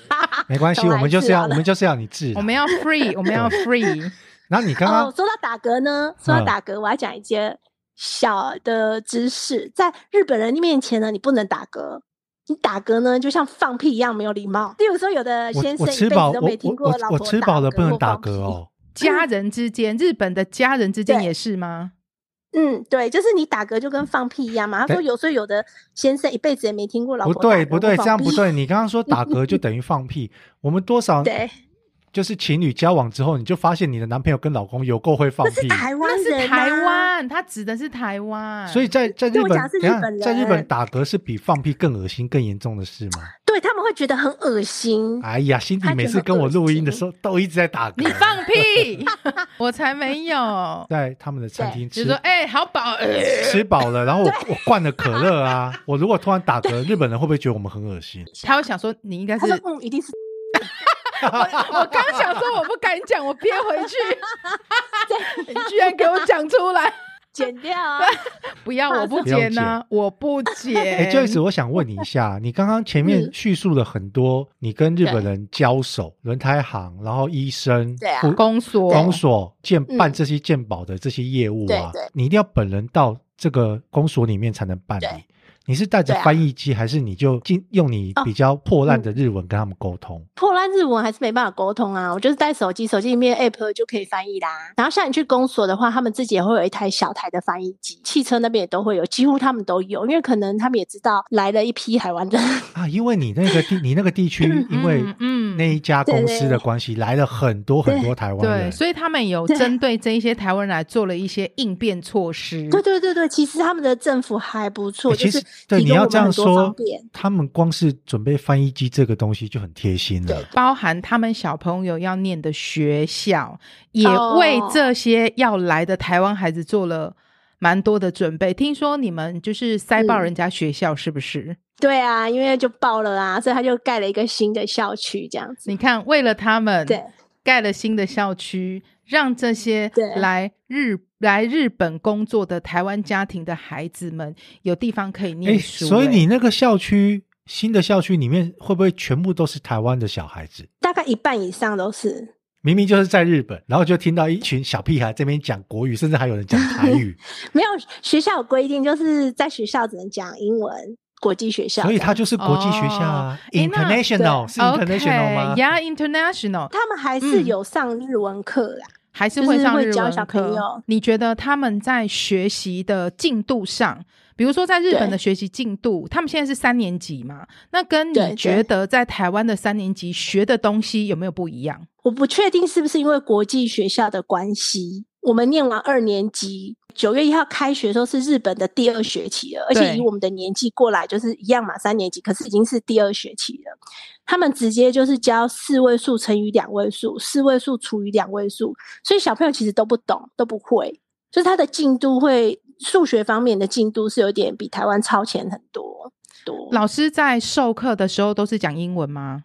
S4: 啊
S3: 没关系，
S4: 重来
S3: 我
S4: 一
S3: 们就是
S4: 次
S3: 要
S4: 好
S3: 我
S4: 了
S3: 们就是啊要你治啦。
S1: 我们要 free，我们要
S4: <laughs>
S1: free。
S3: 然后你刚刚
S4: 哦，说到打嗝呢，说到
S3: 嗯
S4: 打嗝，我要讲一些小的知识，在日本人面前呢，你不能打嗝。你打嗝呢，就像放屁一样没有礼貌。例如说，有的
S3: 我
S4: 先生
S3: 我
S4: 一
S3: 吃
S4: 辈
S3: 饱
S4: 子都
S3: 我
S4: 没听
S3: 我
S4: 过
S3: 我
S4: 老
S3: 我
S4: 婆
S3: 吃饱了不能
S4: 或
S3: 打
S4: 放
S3: 嗝
S4: 屁
S3: 哦。
S1: 家人之间，日本的家人之间
S4: 对
S1: 也是吗？
S4: 嗯，对，就是你打嗝就跟放屁一样嘛。他说
S3: 对
S4: 有时候有的先生一辈子也没听过老
S3: 不
S4: 婆
S3: 对，
S4: 打嗝
S3: 不对，
S4: 或
S3: 这样
S4: 放
S3: 不
S4: 屁。
S3: 对。你刚刚说打嗝就等于放屁，我们多少
S4: <laughs> 对，
S3: 就是情侣交往之后，你就发现你的男朋友跟老公有够会放
S4: <laughs>
S3: 屁。
S4: 台湾
S1: 那
S4: 人、
S1: 是台，湾，它指的是台湾。
S3: 所以在在日
S4: 对我
S3: 本，
S4: 讲的是
S3: 等一下
S4: 日本
S3: 在日本
S4: 人
S3: 打嗝是比放屁更恶心、更严重的事吗？
S4: 对他们会觉得很恶心。
S3: 哎呀，辛迪
S4: 他
S3: 每
S4: 觉得
S3: 次跟我
S4: 恶
S3: 录音的
S4: 心
S3: 时候都一直在打嗝。
S1: 你放屁， <laughs> 我才没
S3: <laughs>
S1: 有。
S3: 在他们的餐厅
S1: 就
S3: 吃
S1: 说哎、好饱、呃
S3: 吃饱了，然后我我灌了可乐
S4: <laughs>
S3: 啊，我如果突然打嗝，日本人会不会觉得我们很恶心？
S1: 他会想说你应该是
S4: 他说：“嗯，一定是
S1: <laughs> 我刚想说我不敢讲，我憋回 <laughs> 去，你居然给我讲出来！
S4: 剪掉
S3: <laughs>
S4: 啊。
S1: 不要，我不
S3: 不要
S1: 剪呐、我不
S3: 哎、
S1: 剪。
S3: j o y c e 我想问你一下，你刚刚前面
S4: 嗯
S3: 叙述了很多你跟日本人交手，轮胎行，然后医生、
S4: 对啊
S3: 护
S1: 公所，
S3: 公所建
S4: 嗯
S3: 办这些鉴宝的这些业务啊，
S4: 对对
S3: 你一定要本人到这个公所里面才能办理
S4: 对。
S3: 你是带着
S4: 对啊哦嗯
S3: 翻译机，还是你就进用你比较破烂的日文跟他们沟通？
S4: 破烂日文还是没办法沟通啊，我就是带手机，手机里面 app 就可以翻译啦。然后像你去公所的话，他们自己也会有一台小台的翻译机，汽车那边也都会有，几乎他们都有，因为可能他们也知道来了一批海湾的，
S3: 啊，因为你那个地，你那个地区，因为
S1: 嗯嗯
S3: 那一家公司
S4: 对
S3: 的关系，来了很多很多台湾
S1: 对，
S3: 人。
S1: 所以他们有
S4: 对
S1: 针对这一些台湾人来做了一些应变措施。
S4: <laughs> 对对对对，其实他们的政府还不错，
S3: 欸
S4: 就
S3: 其
S4: 是
S3: 实对
S4: 提
S3: 你
S4: 供我
S3: 要
S4: 们
S3: 这样
S4: 很多方
S3: 说嗯
S4: 便。，
S3: 他们光是准备翻译机这个东西就很贴心了。
S1: 包含他们小朋友要念的学校，也
S4: 哦
S1: 为这些要来的台湾孩子做了蛮多的准备。听说你们就是塞爆
S4: 嗯
S1: 人家学校，是不是？
S4: 对啊，因为就爆了啊，所以他就盖了一个新的校区这样子。
S1: 你看，为了他们，
S4: 对，
S1: 盖了新的校区，让这些
S4: 对
S1: 来日来日本工作的台湾家庭的孩子们有地方可以
S3: 哎，
S1: 念书、
S3: 所以
S1: 哎
S3: 你那个校区新的校区里面会不会全部都是台湾的小孩子？
S4: 大概一半以上都是。
S3: 明明就是在日本，然后就听到一群小屁孩这边讲国语，甚至还有人讲台语，
S4: 没有学校有规定，就是在学校只能讲英文，国际学校这样。
S3: 所以它就是国际学校
S1: 哦
S3: 啊、i
S1: 诶
S3: n t e
S1: 那
S3: r n a t i o n a l 是 international 吗
S1: y e a h i n t e r n a t i o n a l
S4: 他们还是
S1: 嗯
S4: 有上日文课啦。
S1: 还是
S4: 就是
S1: 会上
S4: 会
S1: 日
S4: 教
S1: 文
S4: 小
S1: 课
S4: 朋友。
S1: 你觉得他们在学习的进度上，比如说在日本
S4: 对
S1: 的学习进度，他们现在是三年级嘛？那跟
S4: 对
S1: 你
S4: 对
S1: 觉得在台湾的三年级学的东西有没有不一样？
S4: 我不确定是不是因为国际学校的关系，我们念完二年级，九月一号开学的时候是日本的第二学期了，而且
S1: 对
S4: 以我们的年纪过来就是一样嘛，三年级，可是已经是第二学期了。他们直接就是教四位数乘以两位数，四位数除以两位数，所以小朋友其实都不懂，都不会，就是他的进度会数学方面的进度是有点比台湾超前很多。多
S1: 老师在授课的时候都是讲英文吗？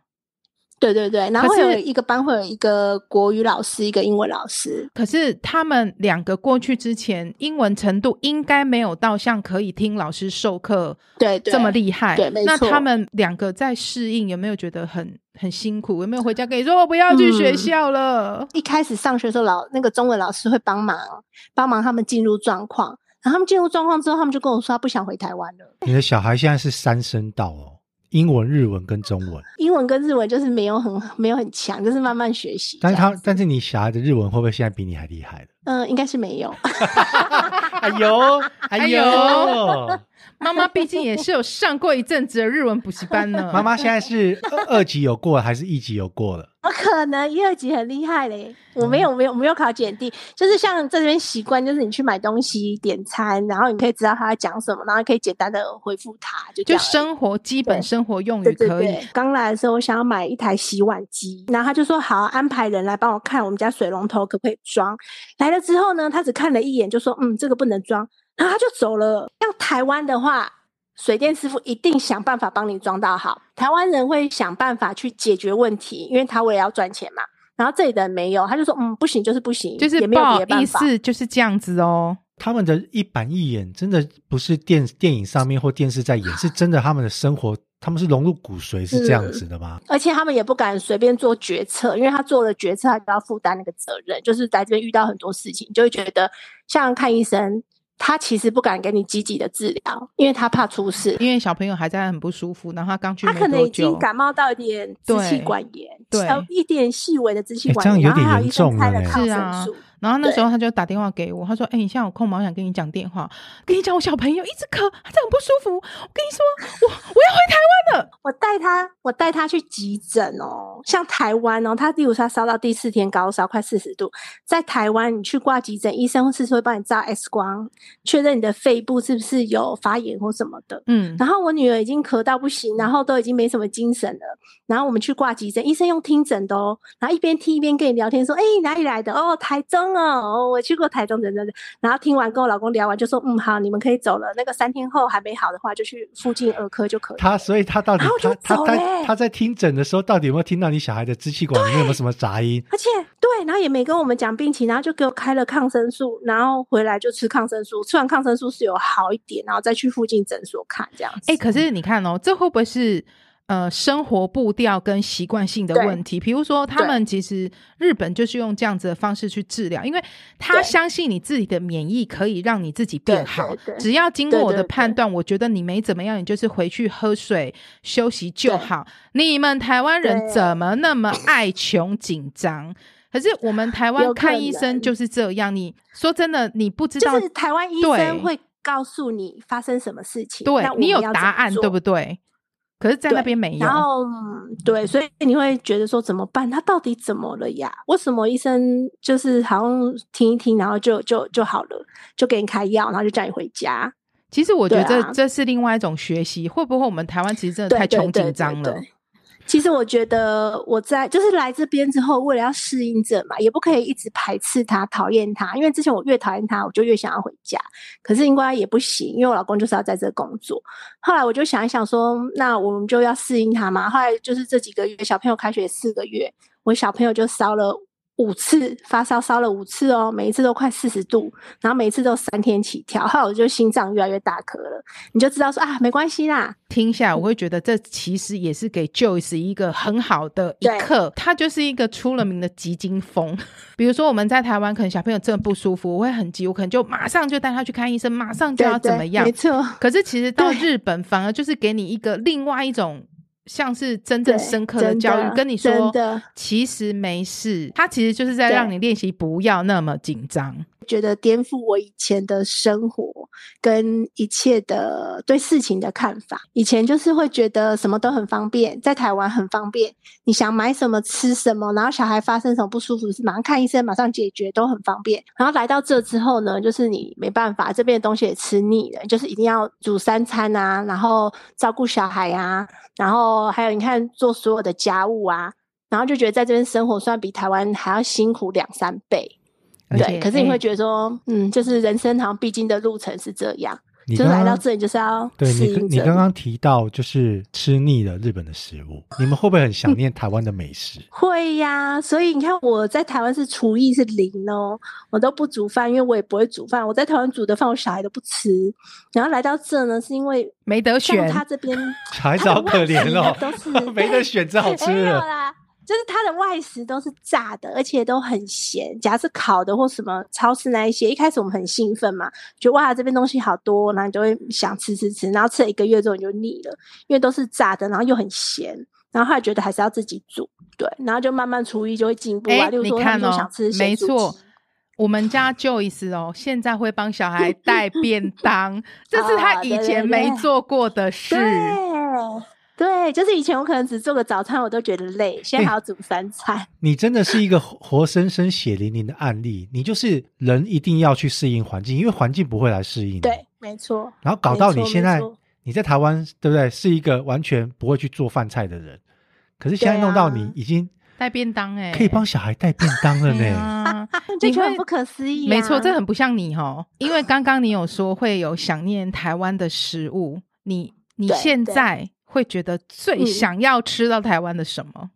S4: 对对对，然后
S1: 可
S4: 会
S1: 是
S4: 有一个班会有一个国语老师，一个英文老师。
S1: 可是他们两个过去之前，英文程度应该没有到像可以听老师授课
S4: 对对，
S1: 这么厉害。
S4: 对没
S1: 那
S4: 错
S1: 他们两个在适应，有没有觉得很很辛苦？有没有回家跟你说我不要去学
S4: 嗯
S1: 校
S4: <laughs>
S1: 了？
S4: 一开始上学的时候老，那个中文老师会帮忙帮忙他们进入状况，然后他们进入状况之后，他们就跟我说他不想回台湾了。
S3: 你的小孩现在是三声道哦，英文、日文跟中文，
S4: 英文跟日文就是没有很没有很强，就是慢慢学习这
S3: 但
S4: 样
S3: 是他，
S4: 子。
S3: 但是你小孩的日文会不会现在比你还厉害了？
S4: 嗯、应该是没有。 <laughs>
S3: 哎呦，哎
S1: 哎呦，妈妈毕竟也是有上过一阵子的日文补习班
S4: <laughs>
S1: 呢。
S3: <laughs> 妈妈现在是二二级有过了，还是一级有过了？
S4: 我可能一二级很厉害嘞，我没
S3: 嗯
S4: 有我没有我没有考检定，就是像在这边习惯，就是你去买东西点餐，然后你可以知道他在讲什么，然后可以简单的回复他，就这
S1: 就
S4: 样而已
S1: 生活基本
S4: 对
S1: 生活用
S4: 对
S1: 语
S4: 对
S1: 可以，
S4: 对，刚来的时候我想要买一台洗碗机，然后他就说好，安排人来帮我看我们家水龙头可不可以装。来了之后呢，他只看了一眼就说嗯，这个不能装，然后他就走了。像台湾的话，水电师傅一定想办法帮你装到好，台湾人会想办法去解决问题，因为他我也要赚钱嘛。然后这里的人没有，他就说嗯，不行就是不行，
S1: 就是
S4: 也没
S1: 不
S4: 有
S1: 好
S4: 别的办
S1: 意
S4: 法。
S1: 思，就是这样子哦。
S3: 他们的一板一眼，真的不是电电影上面或电视在演，是真的。他们的生活，他们是融入骨髓，是这样子的吗？
S4: 而且他们也不敢随便做决策，因为他做了决策，他就要负担那个责任。就是在这边遇到很多事情，就会觉得像看医生，他其实不敢给你积极的治疗，因为他怕出事。
S1: 因为小朋友还在很不舒服，然后他刚去
S4: 他
S1: 没
S4: 可能
S1: 多
S4: 已经
S1: 久，
S4: 感冒到一点支气管炎，
S1: 对对
S4: 呃一点细微的支气
S3: 哎
S4: 管
S3: 这样
S4: 炎，
S3: 有点
S4: 然后还有
S3: 严
S4: 医生
S3: 重
S4: 开
S3: 了
S4: 了
S3: 欸
S4: 抗
S1: 是啊
S4: 生素。
S1: 然后那时
S4: 对
S1: 候他就打电话给我，他说：“哎、你现在有空吗？我想跟你讲电话。跟你讲，我小朋友一直咳，他很不舒服。我跟你说，我我要回台
S4: 我带他，我带他去急诊哦。像台湾哦，他例如他烧到第四天高烧，快四十度，在台湾你去挂急诊，医生是会帮你照 X 光，确认你的肺部是不是有发炎或什么的。
S1: 湾。”嗯，
S4: 然后我女儿已经咳到不行，然后都已经没什么精神了。然后我们去挂急诊，医生用听诊的哦，然后一边听一边跟你聊天，说：“哎、哪里来的？哦，台中哦，哦我去过台中，等等等。”然后听完跟我老公聊完，就说：“嗯，好，你们可以走了。那个三天后还没好的话，就去附近儿科就可以了。”
S3: 他所以他到底
S4: 然后
S3: 他
S4: 就
S3: 他
S4: 走
S3: 他
S4: 嘞
S3: 他在听诊的时候，到底有没有听到你小孩的支气管里面有没有什么杂音？
S4: 而且对，然后也没跟我们讲病情，然后就给我开了抗生素，然后回来就吃抗生素，吃完抗
S1: 哎
S4: 生素是有好一点，然后再去附近诊所看这样子。
S1: 哎、可是你看哦，这会不会是呃生活步调跟习惯性的
S4: 对
S1: 问题。比如说，他们其实日本就是用这样子的方式去治疗，因为他
S4: 对
S1: 相信你自己的免疫可以让你自己变
S4: 对
S1: 好
S4: 对。对
S1: 只要经过
S4: 对
S1: 我
S4: 对
S1: 的
S4: 对
S1: 判断，我觉得你没怎么样，你就是回去喝水休息就
S4: 对
S1: 好。你们台湾人
S4: 对
S1: 怎么那么爱穷紧张？可是我们台湾
S4: 有
S1: 看
S4: 可
S1: 医生
S4: 能
S1: 就是这样，你说真的，你不知
S4: 就
S1: 道
S4: 是台湾医
S1: 对
S4: 生会告诉你发生什么事情，
S1: 对
S4: 那我
S1: 你
S4: 们
S1: 有
S4: 要
S1: 答
S4: 怎么
S1: 案，
S4: 做
S1: 对不对？可是，在那
S4: 对
S1: 边没有
S4: 然。后、嗯对，所以你会觉得说怎么办？他到底怎么了呀？为什么医生就是好像听一听，然后就就就好了，就给你开药，然后就叫你回家？
S1: 其实我觉得
S4: 对
S1: 这、
S4: 啊
S1: 这是另外一种学习，会不会我们台湾其实真的
S4: 对，
S1: 太
S4: 对
S1: 穷
S4: 对
S1: 紧张
S4: 对
S1: 了
S4: 对？其实我觉得我在就是来这边之后，为了要适应这嘛，也不可以一直排斥他、讨厌他，因为之前我越讨厌他，我就越想要回家。可是应该也不行，因为我老公就是要在这工作。后来我就想一想说，那我们就要适应他嘛。后来就是这几个月，小朋友开学四个月，我小朋友就烧了。五次发烧烧了五次哦，每一次都快四十度，然后每一次都三天起跳，后来我就心脏越来越大颗了，你就知道说啊，没关系啦，
S1: 听下来，我会觉得这其实也是给 Joyce 一个很好的一
S4: 对
S1: 课。他就是一个出了名的急惊风。 <laughs> 比如说我们在台湾，可能小朋友真的不舒服，我会很急，我可能就马上就带他去看医生，马上就
S4: 对
S1: 要怎
S4: 对
S1: 么样
S4: 没。错， <laughs>
S1: 可是其实到
S4: 对
S1: 日本，反而就是给你一个另外一种。像是真正
S4: 对
S1: 深刻的
S4: 真
S1: 教育，
S4: 的
S1: 跟你说
S4: 真的，
S1: 其实没事，他其实就是在
S4: 对
S1: 让你练习不要那么紧张。
S4: 觉得颠覆我以前的生活跟一切的对事情的看法。以前就是会觉得什么都很方便，在台湾很方便，你想买什么吃什么，然后小孩发生什么不舒服是马上看医生，马上解决，都很方便。然后来到这之后呢，就是你没办法，这边的东西也吃腻了，就是一定要煮三餐啊，然后照顾小孩啊，然后还有你看做所有的家务啊。然后就觉得在这边生活，虽然比台湾还要辛苦两三倍，
S1: 而且
S4: 对，可是你
S1: 哎
S4: 会觉得说，嗯，就是人生好像必经的路程是这样，
S3: 你
S4: 就是
S3: 刚
S4: 来
S3: 刚
S4: 到这里就是要
S3: 对你
S4: 适应
S3: 刚，你
S4: 这
S3: 刚
S4: 里。
S3: 刚提到就是吃腻了日本的食物，你们会不会很想念台湾的美食？
S4: 会呀、所以你看我在台湾是厨艺是零哦，我都不煮饭，因为我也不会煮饭。我在台湾煮的饭，我小孩都不吃。然后来到这呢，是因为
S1: 没得
S4: 像
S1: 选，
S4: 他这边
S3: 小孩子好可怜哦
S4: 他的外食都是
S3: <laughs> 没得选，只好吃
S4: 哎没有
S3: 了。
S4: 啦，就是它的外食都是炸的，而且都很咸。假设烤的或什么超市那一些，一开始我们很兴奋嘛，觉得哇这边东西好多，然后你就会想吃吃吃，然后吃了一个月之后你就腻了，因为都是炸的，然后又很咸。然后后来觉得还是要自己煮，对，然后就慢慢厨艺就会进步啊。
S1: 哎，
S4: 例如
S1: 你
S4: 说，他
S1: 看
S4: 们
S1: 哦
S4: 就想吃，
S1: 没
S4: 咸酥
S1: 错
S4: 鸡，
S1: 我们家 Joyce 哦，现在会帮小孩带便
S4: <laughs>
S1: 当，这是他
S4: 哦
S1: 以
S4: 对对
S1: 前没
S4: 对
S1: 做过的事。
S4: 对对，就是以前我可能只做个早餐，我都觉得累，现在还要煮三餐。 <laughs>
S3: 你真的是一个活活生生血淋淋的案例。你就是人一定要去适应环境，因为环境不会来适应你。
S4: 对，没错。 <laughs>
S3: 然后搞到你
S4: 没错
S3: 现在
S4: 没错
S3: 你在台湾，对不对？是一个完全不会去做饭菜的人，可是现在
S4: 对啊
S3: 弄到你已经
S1: 带便当哎
S3: 可以帮小孩带便当了
S1: 对
S4: <laughs>
S3: 呢。
S1: 啊，
S4: 就
S1: 你
S4: 觉得
S1: 会
S4: 很不可思议、啊。
S1: 没错，这很不像你哦，因为刚刚你有说会有想念台湾的食物，你你
S4: 对
S1: 现
S4: 对
S1: 在会觉得最
S4: 嗯
S1: 想要吃到台湾的什
S4: <laughs>
S1: 么？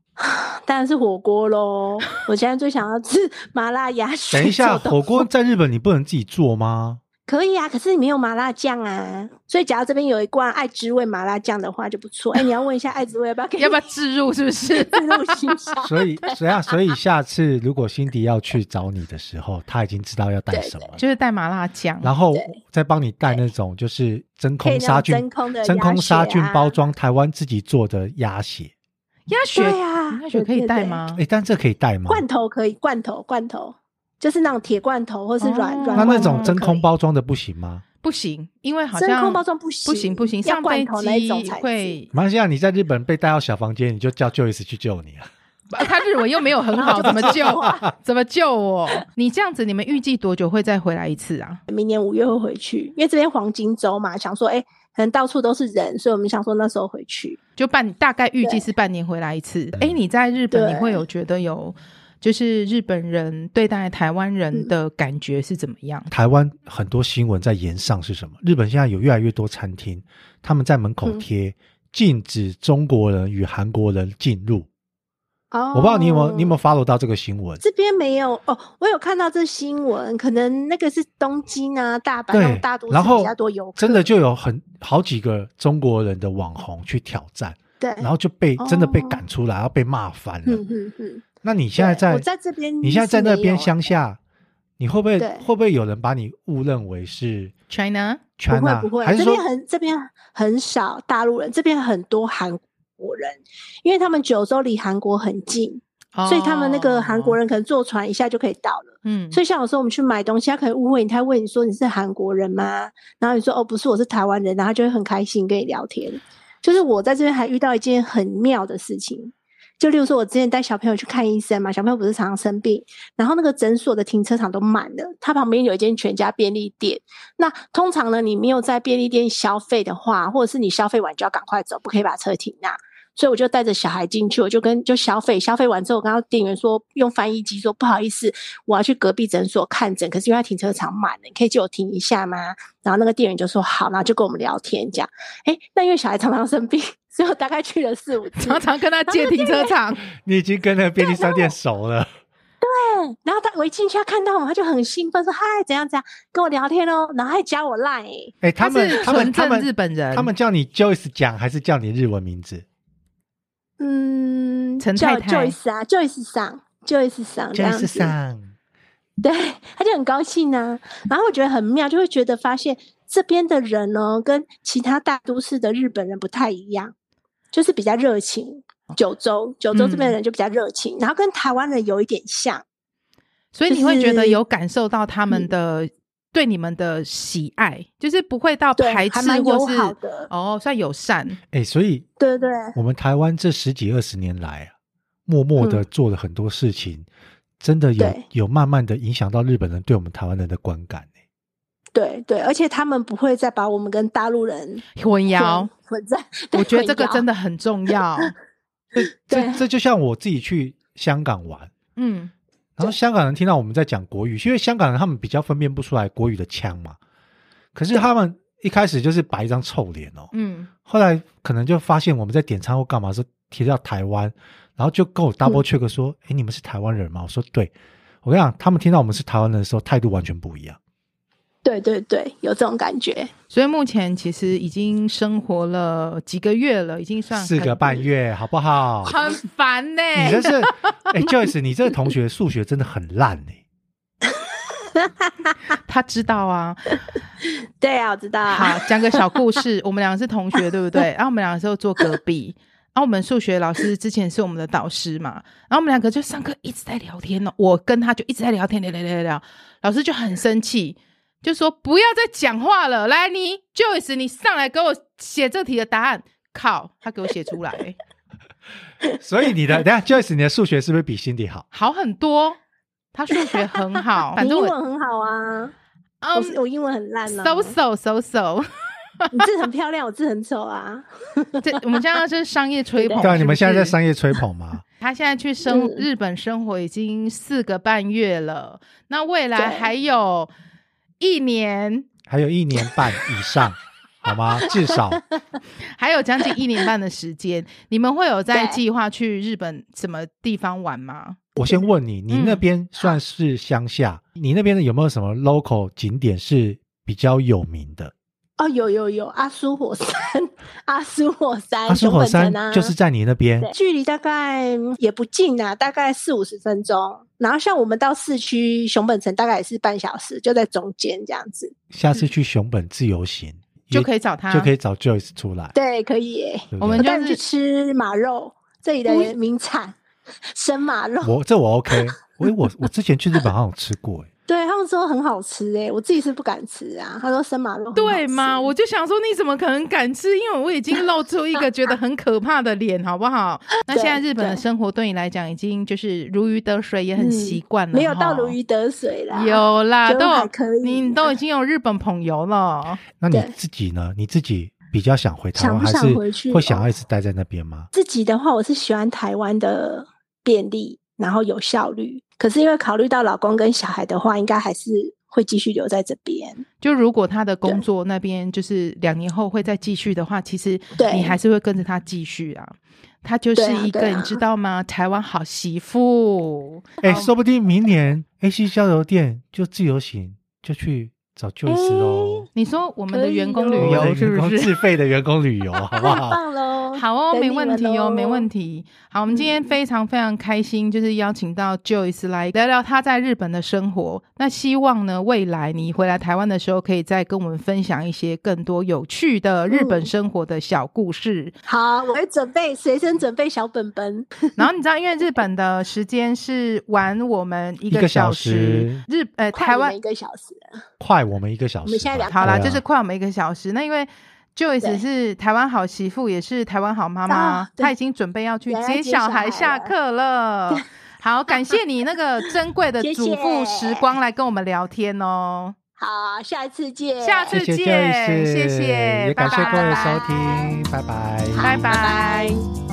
S4: 当然是火锅
S3: <laughs>
S4: 喽！我现在最想要吃 <laughs> 麻辣鸭血。
S3: 等一下，火锅在日本你不能自己做吗？
S4: 可以啊，可是你没有麻辣酱啊，所以假如这边有一罐爱之味麻辣酱的话就不错。哎、你要问一下爱之味要不
S3: <laughs>
S4: 要给你
S1: 要不要置入？是不是？
S4: <laughs> 自入行销？
S3: 所以，所以啊，所以下次如果辛迪要去找你的时候，他已经知道要带
S4: 对
S3: 什么了，
S1: 就是带麻辣酱，
S3: 然后再帮你带那种就是真
S4: 可
S3: 空
S4: 以那
S3: 杀
S4: 种真
S3: 菌、
S4: 空的啊
S3: 真空杀菌包
S4: 装。
S3: 装台湾自己做的鸭血。
S1: 鸭血，
S4: 对啊
S1: 鸭血可
S4: 对
S1: 以
S4: 对
S1: 带
S4: 对
S1: 吗？
S3: 哎，但这可以带吗？
S4: 罐头可以，罐头罐头就是那种铁罐头或是软
S1: 哦
S4: 软、
S3: 那那
S4: 罐头
S3: 种真
S4: 可以
S3: 空。包装的不行吗？
S1: 不行，因为好像
S4: 真空包装不行
S1: 不行不行，
S4: 要
S1: 上飞
S4: 罐头那一种
S1: 机
S4: 材
S1: <laughs>
S4: 质
S1: 会，
S3: 马来西亚，你在日本被带到小房间，你就叫 Joyce 去救你啊！
S1: 啊他日文又没有很好，怎么救？ <laughs> 怎么救我？你这样子，你们预计多久会再回来一次啊？
S4: 明年五月会回去，因为这边黄金周嘛，想说哎、可能到处都是人，所以我们想说那时候回去。
S1: 就半大概预计是半年回来一次。哎，你在日本，
S4: 对
S1: 你会有觉得有就是日本人对待台湾
S4: 嗯
S1: 人的感觉是怎么样？
S3: 台湾很多新闻在延上是什么？日本现在有越来越多餐厅，他们在门口
S4: 嗯
S3: 贴、禁止中国人与韩国人进入。
S4: 哦，
S3: 我不知道你有没有，你有没有 follow 到这个新闻？
S4: 这边没有哦，我有看到这新闻，可能那个是东京啊、大阪那种
S3: 对
S4: 大都，市
S3: 然后
S4: 比较多游客，
S3: 真的就有很好几个中国人的网红去挑战，
S4: 对，
S3: 然后就被真的被
S4: 哦
S3: 赶出来，然后被骂翻了。
S4: 嗯嗯嗯，
S3: 那你现在
S4: 对
S3: 在
S4: 我在这边
S3: 你现在
S4: 是
S3: 在那
S4: 没
S3: 边
S4: 有
S3: 乡下，你会不会
S4: 对
S3: 会不会有人把你误认为是
S1: China，
S4: 不会
S3: China，
S4: 不会，
S3: 还是
S4: 这
S3: 说
S4: 边很这边很少大陆人，这边很多韩国人，因为他们九州离韩国很近，所以他们那个韩国
S3: 哦
S1: 人，
S4: 人可能坐船一下就可以到了。
S1: 嗯，
S4: 所以像有时候我们去买东西，他可能误会你，他问你说你是韩国人吗？然后你说哦不是，我是台湾人，然后他就会很开心跟你聊天。就是我在这边还遇到一件很妙的事情，就例如说我之前带小朋友去看医生嘛，小朋友不是常常生病，然后那个诊所的停车场都满了，它旁边有一间全家便利店。那通常呢，你没有在便利店消费的话，或者是你消费完就要赶快走，不可以把车停那。所以我就带着小孩进去，我就跟就消费，消费完之后，我刚刚店员说用翻译机说不好意思，我要去隔壁诊所看诊，可是因为他停车场满了，你可以借我停一下吗？然后那个店员就说好，然后就跟我们聊天这样。哎，那因为小孩常常生病， <laughs> 所以我大概去了四五次。
S1: 常常跟他借停车
S4: <laughs>
S1: 场，
S3: 你已经跟那个便利商店熟了？
S4: 嗯然后他我一进去，他看到我，他就很兴奋，说嗨，怎样怎样，跟我聊天哦，然后还加我 line，欸
S3: 哎，他们
S1: 是
S3: 他们
S1: 纯
S3: 他
S1: 正
S3: 们
S1: 日本人，
S3: 他们叫你 Joyce 讲还是叫你日文名字
S4: 嗯，
S1: 陈
S4: 叫
S1: 太太
S4: Joyce 啊，Joyce 上，Joyce 上这样
S3: ？Joyce
S4: 子，
S3: 上，
S4: 对， <laughs> 他就很高兴啊。然后我觉得很妙，就会觉得发现这边的人呢，跟其他大都市的日本人不太一样，就是比较热情。
S1: 哦
S4: 九州，九州这边的
S1: 嗯
S4: 人就比较热情，然后跟台湾人有一点像。
S1: 所以你
S4: 就
S1: 会觉得
S4: 是
S1: 有感受到他们
S4: 嗯
S1: 的、对你们的喜爱，就是不会到
S4: 对
S1: 排
S4: 还
S1: 斥
S4: 蛮
S1: 或
S4: 友
S1: 是
S4: 好的
S1: 哦，算友善。
S3: 哎，所以
S4: 对对
S3: 我们台湾这十几二十年来啊，默默的
S4: 嗯
S3: 做了很多事情，真的有
S4: 对
S3: 有慢慢的影响到日本人对我们台湾人的观感。哎
S4: 对对，而且他们不会再把我们跟大陆人
S1: 混淆
S4: 混，混在。
S1: 我觉得这个真
S4: 的
S1: 的很重
S4: <laughs>
S1: 要。
S3: 这
S4: 对
S3: 这就像我自己去香港玩，
S1: 嗯，
S3: 然后香港人听到我们在讲国语，因为香港人他们比较分辨不出来国语的腔嘛，可是他们一开始就是摆一张臭脸哦，
S1: 嗯，
S3: 后来可能就发现我们在点餐或干嘛的时候提到台湾，然后就
S4: 嗯
S3: 跟我 double check 说：“哎、你们是台湾人吗？”我说：“对。”我跟你讲，他们听到我们是台湾人的时候，态度完全不一样。
S4: 对对对，有这种感觉。
S1: 所以目前其实已经生活了几个月了，已经算
S3: 四个
S1: 很
S3: 半，月，好不好？
S1: 很烦呢、
S3: 你这是哎、j o y c e 你这个同学数学真的很烂哎、
S1: <laughs> 他知道啊，
S4: 对啊，我知道啊。
S1: 好，讲个小故
S4: <laughs>
S1: 事。我们俩是同学，对不对？然后我们俩就坐隔壁。然后我们数学老师之前是我们的导师嘛，然后我们两个就上课一直在聊天哦，我跟他就一直在聊天，聊聊聊聊聊，老师就很生气，就说不要再讲话了，来你 Joyce，你上来给我写这题的答案。靠，他给我写出来，
S3: 所以你的等一下 Joyce，你的数学是不是比 Cindy 好？
S1: 好很多，他数学很
S3: 哦
S1: 好，反
S4: <laughs> 你
S1: 正
S4: 英
S1: 我
S4: 文很好啊，我是
S1: 嗯
S4: 我英文很烂呢、啊
S1: ，so so so so，
S4: 你字很漂亮，我字很丑啊。
S1: 这我们现在哦是商业吹捧，
S3: 对啊，你们现在在
S1: 商。
S3: 商业吹捧吗？
S1: 他现在去生
S4: 嗯
S1: 日本生活已经四个半月了，那未来
S4: 对
S1: 还有一年，
S3: 还有一年半以上，好吗？至少
S1: 还有将近一年半的时 <laughs> 间，你们会有在
S4: 对
S1: 计划去日本什么地方玩吗？
S3: 我先问你，你
S1: 嗯
S3: 那边算是乡下，你那边的有没有什么 local 景点是比较有名的？
S4: 哦，有有有，阿苏火山， <laughs> 阿苏火山，
S3: 阿苏
S4: 熊
S3: 火
S4: 本
S3: 山
S4: 城啊，
S3: 就是在你那边
S4: 对距离大概嗯也不近啊，大概四五十分钟。然后像我们到市区熊本城，大概也是半小时，就在中间这样子。
S3: 下次去熊本自由行
S1: 就可
S3: 以
S1: 以找他，
S3: 就可
S1: 以。
S3: 以找 Joyce 出来。
S4: 对，可以耶。
S3: 对不对
S1: 我们
S4: 我
S1: 就
S4: 带你
S1: 是
S4: 去吃马肉，这里的名产生马肉，
S3: 哦 <laughs> 我这我 OK，我我我之前去日本好像有吃过，哎
S4: 对他们说很好吃诶，我自己是不敢吃啊。他说生马肉很好
S1: 对
S4: 吃
S1: 嘛？我就想说，你怎么可能敢吃？因为我已经露出一个觉得很可怕的脸，好不好？ <laughs> 那现在日本的
S4: 对
S1: 生活对你来讲已经就是如鱼得水，也很
S4: 嗯
S1: 习惯了哈，
S4: 没有到如鱼得水啦。
S1: 有啦，
S4: 就
S1: 都有
S4: 还可以
S1: 你都已经有日本朋友了。
S3: 那你
S4: 对
S3: 自己呢？你自己比较想回台湾，
S4: 想不
S3: 还
S4: 想
S3: 是
S4: 回去
S3: 会想
S4: 哦
S3: 要一直待在那边吗？
S4: 自己的话，我是喜欢台湾的便利，然后有效率。可是因为考虑到老公跟小孩的话，应该还是会继续留在这边。
S1: 就如果他的工作那边就是两年后会再继续的话，其实
S4: 对
S1: 你还是会跟着他继续啊。他就是
S4: 对啊
S1: 一个，
S4: 对啊
S1: 你知道吗？台湾好媳妇，
S3: 哎，说不定明年 AC 交流店就自由行，就去找 Joyce 喽，
S1: 你说我们的员工旅
S4: 可以
S3: 我
S4: 哦
S3: 们
S1: 游
S3: 的
S1: 是
S3: 员
S1: 不
S3: 工
S1: 是？
S3: 自费的员工旅游，好不
S4: 太 <laughs>
S3: 好？
S4: 棒喽！
S1: 好哦，
S4: 等
S1: 没
S4: 你
S1: 问
S4: 们嗯
S1: 题哦，
S4: 喽
S1: 没问题。好，我们今天非常非常开心，就是邀请到 Joyce 来聊聊她在日本的生活。那希望呢，未来你回来台湾的时候，可以再跟我们分享一些更多有趣的日本
S4: 嗯
S1: 生活的小故事。
S4: 好，我会准备随身准备小本本。
S1: 然后你知道，因为日本的时间是晚我们一
S3: 一
S1: 个
S3: 个
S1: 小
S3: 小时
S1: 日呃
S4: 快
S1: 台
S4: 你
S1: 湾
S4: 们一个小时了，
S3: 快我们一个小时吧，
S4: 我们现在两
S1: 好啦，
S3: 对啊
S1: 就是快我们一个小时。那因为 Joyce
S4: 对
S1: 是台湾好媳妇，也是台湾好妈妈
S4: 啊，对
S1: 她已经准备要去
S4: 原来
S1: 接
S4: 接
S1: 小
S4: 小
S1: 孩
S4: 孩
S1: 下
S4: 了
S1: 课
S4: <laughs>
S1: 了。 <laughs> 好，感谢你那个珍贵的
S4: 谢
S1: 主妇
S4: 谢
S1: 时光来跟我们聊天哦。
S4: 好，下次见，
S1: 下次
S3: 谢谢
S1: 见
S3: Joyce，
S1: 谢谢
S3: 也感谢
S1: 拜
S3: 各位
S1: 拜
S3: 收听，拜拜，
S1: 拜
S4: 拜拜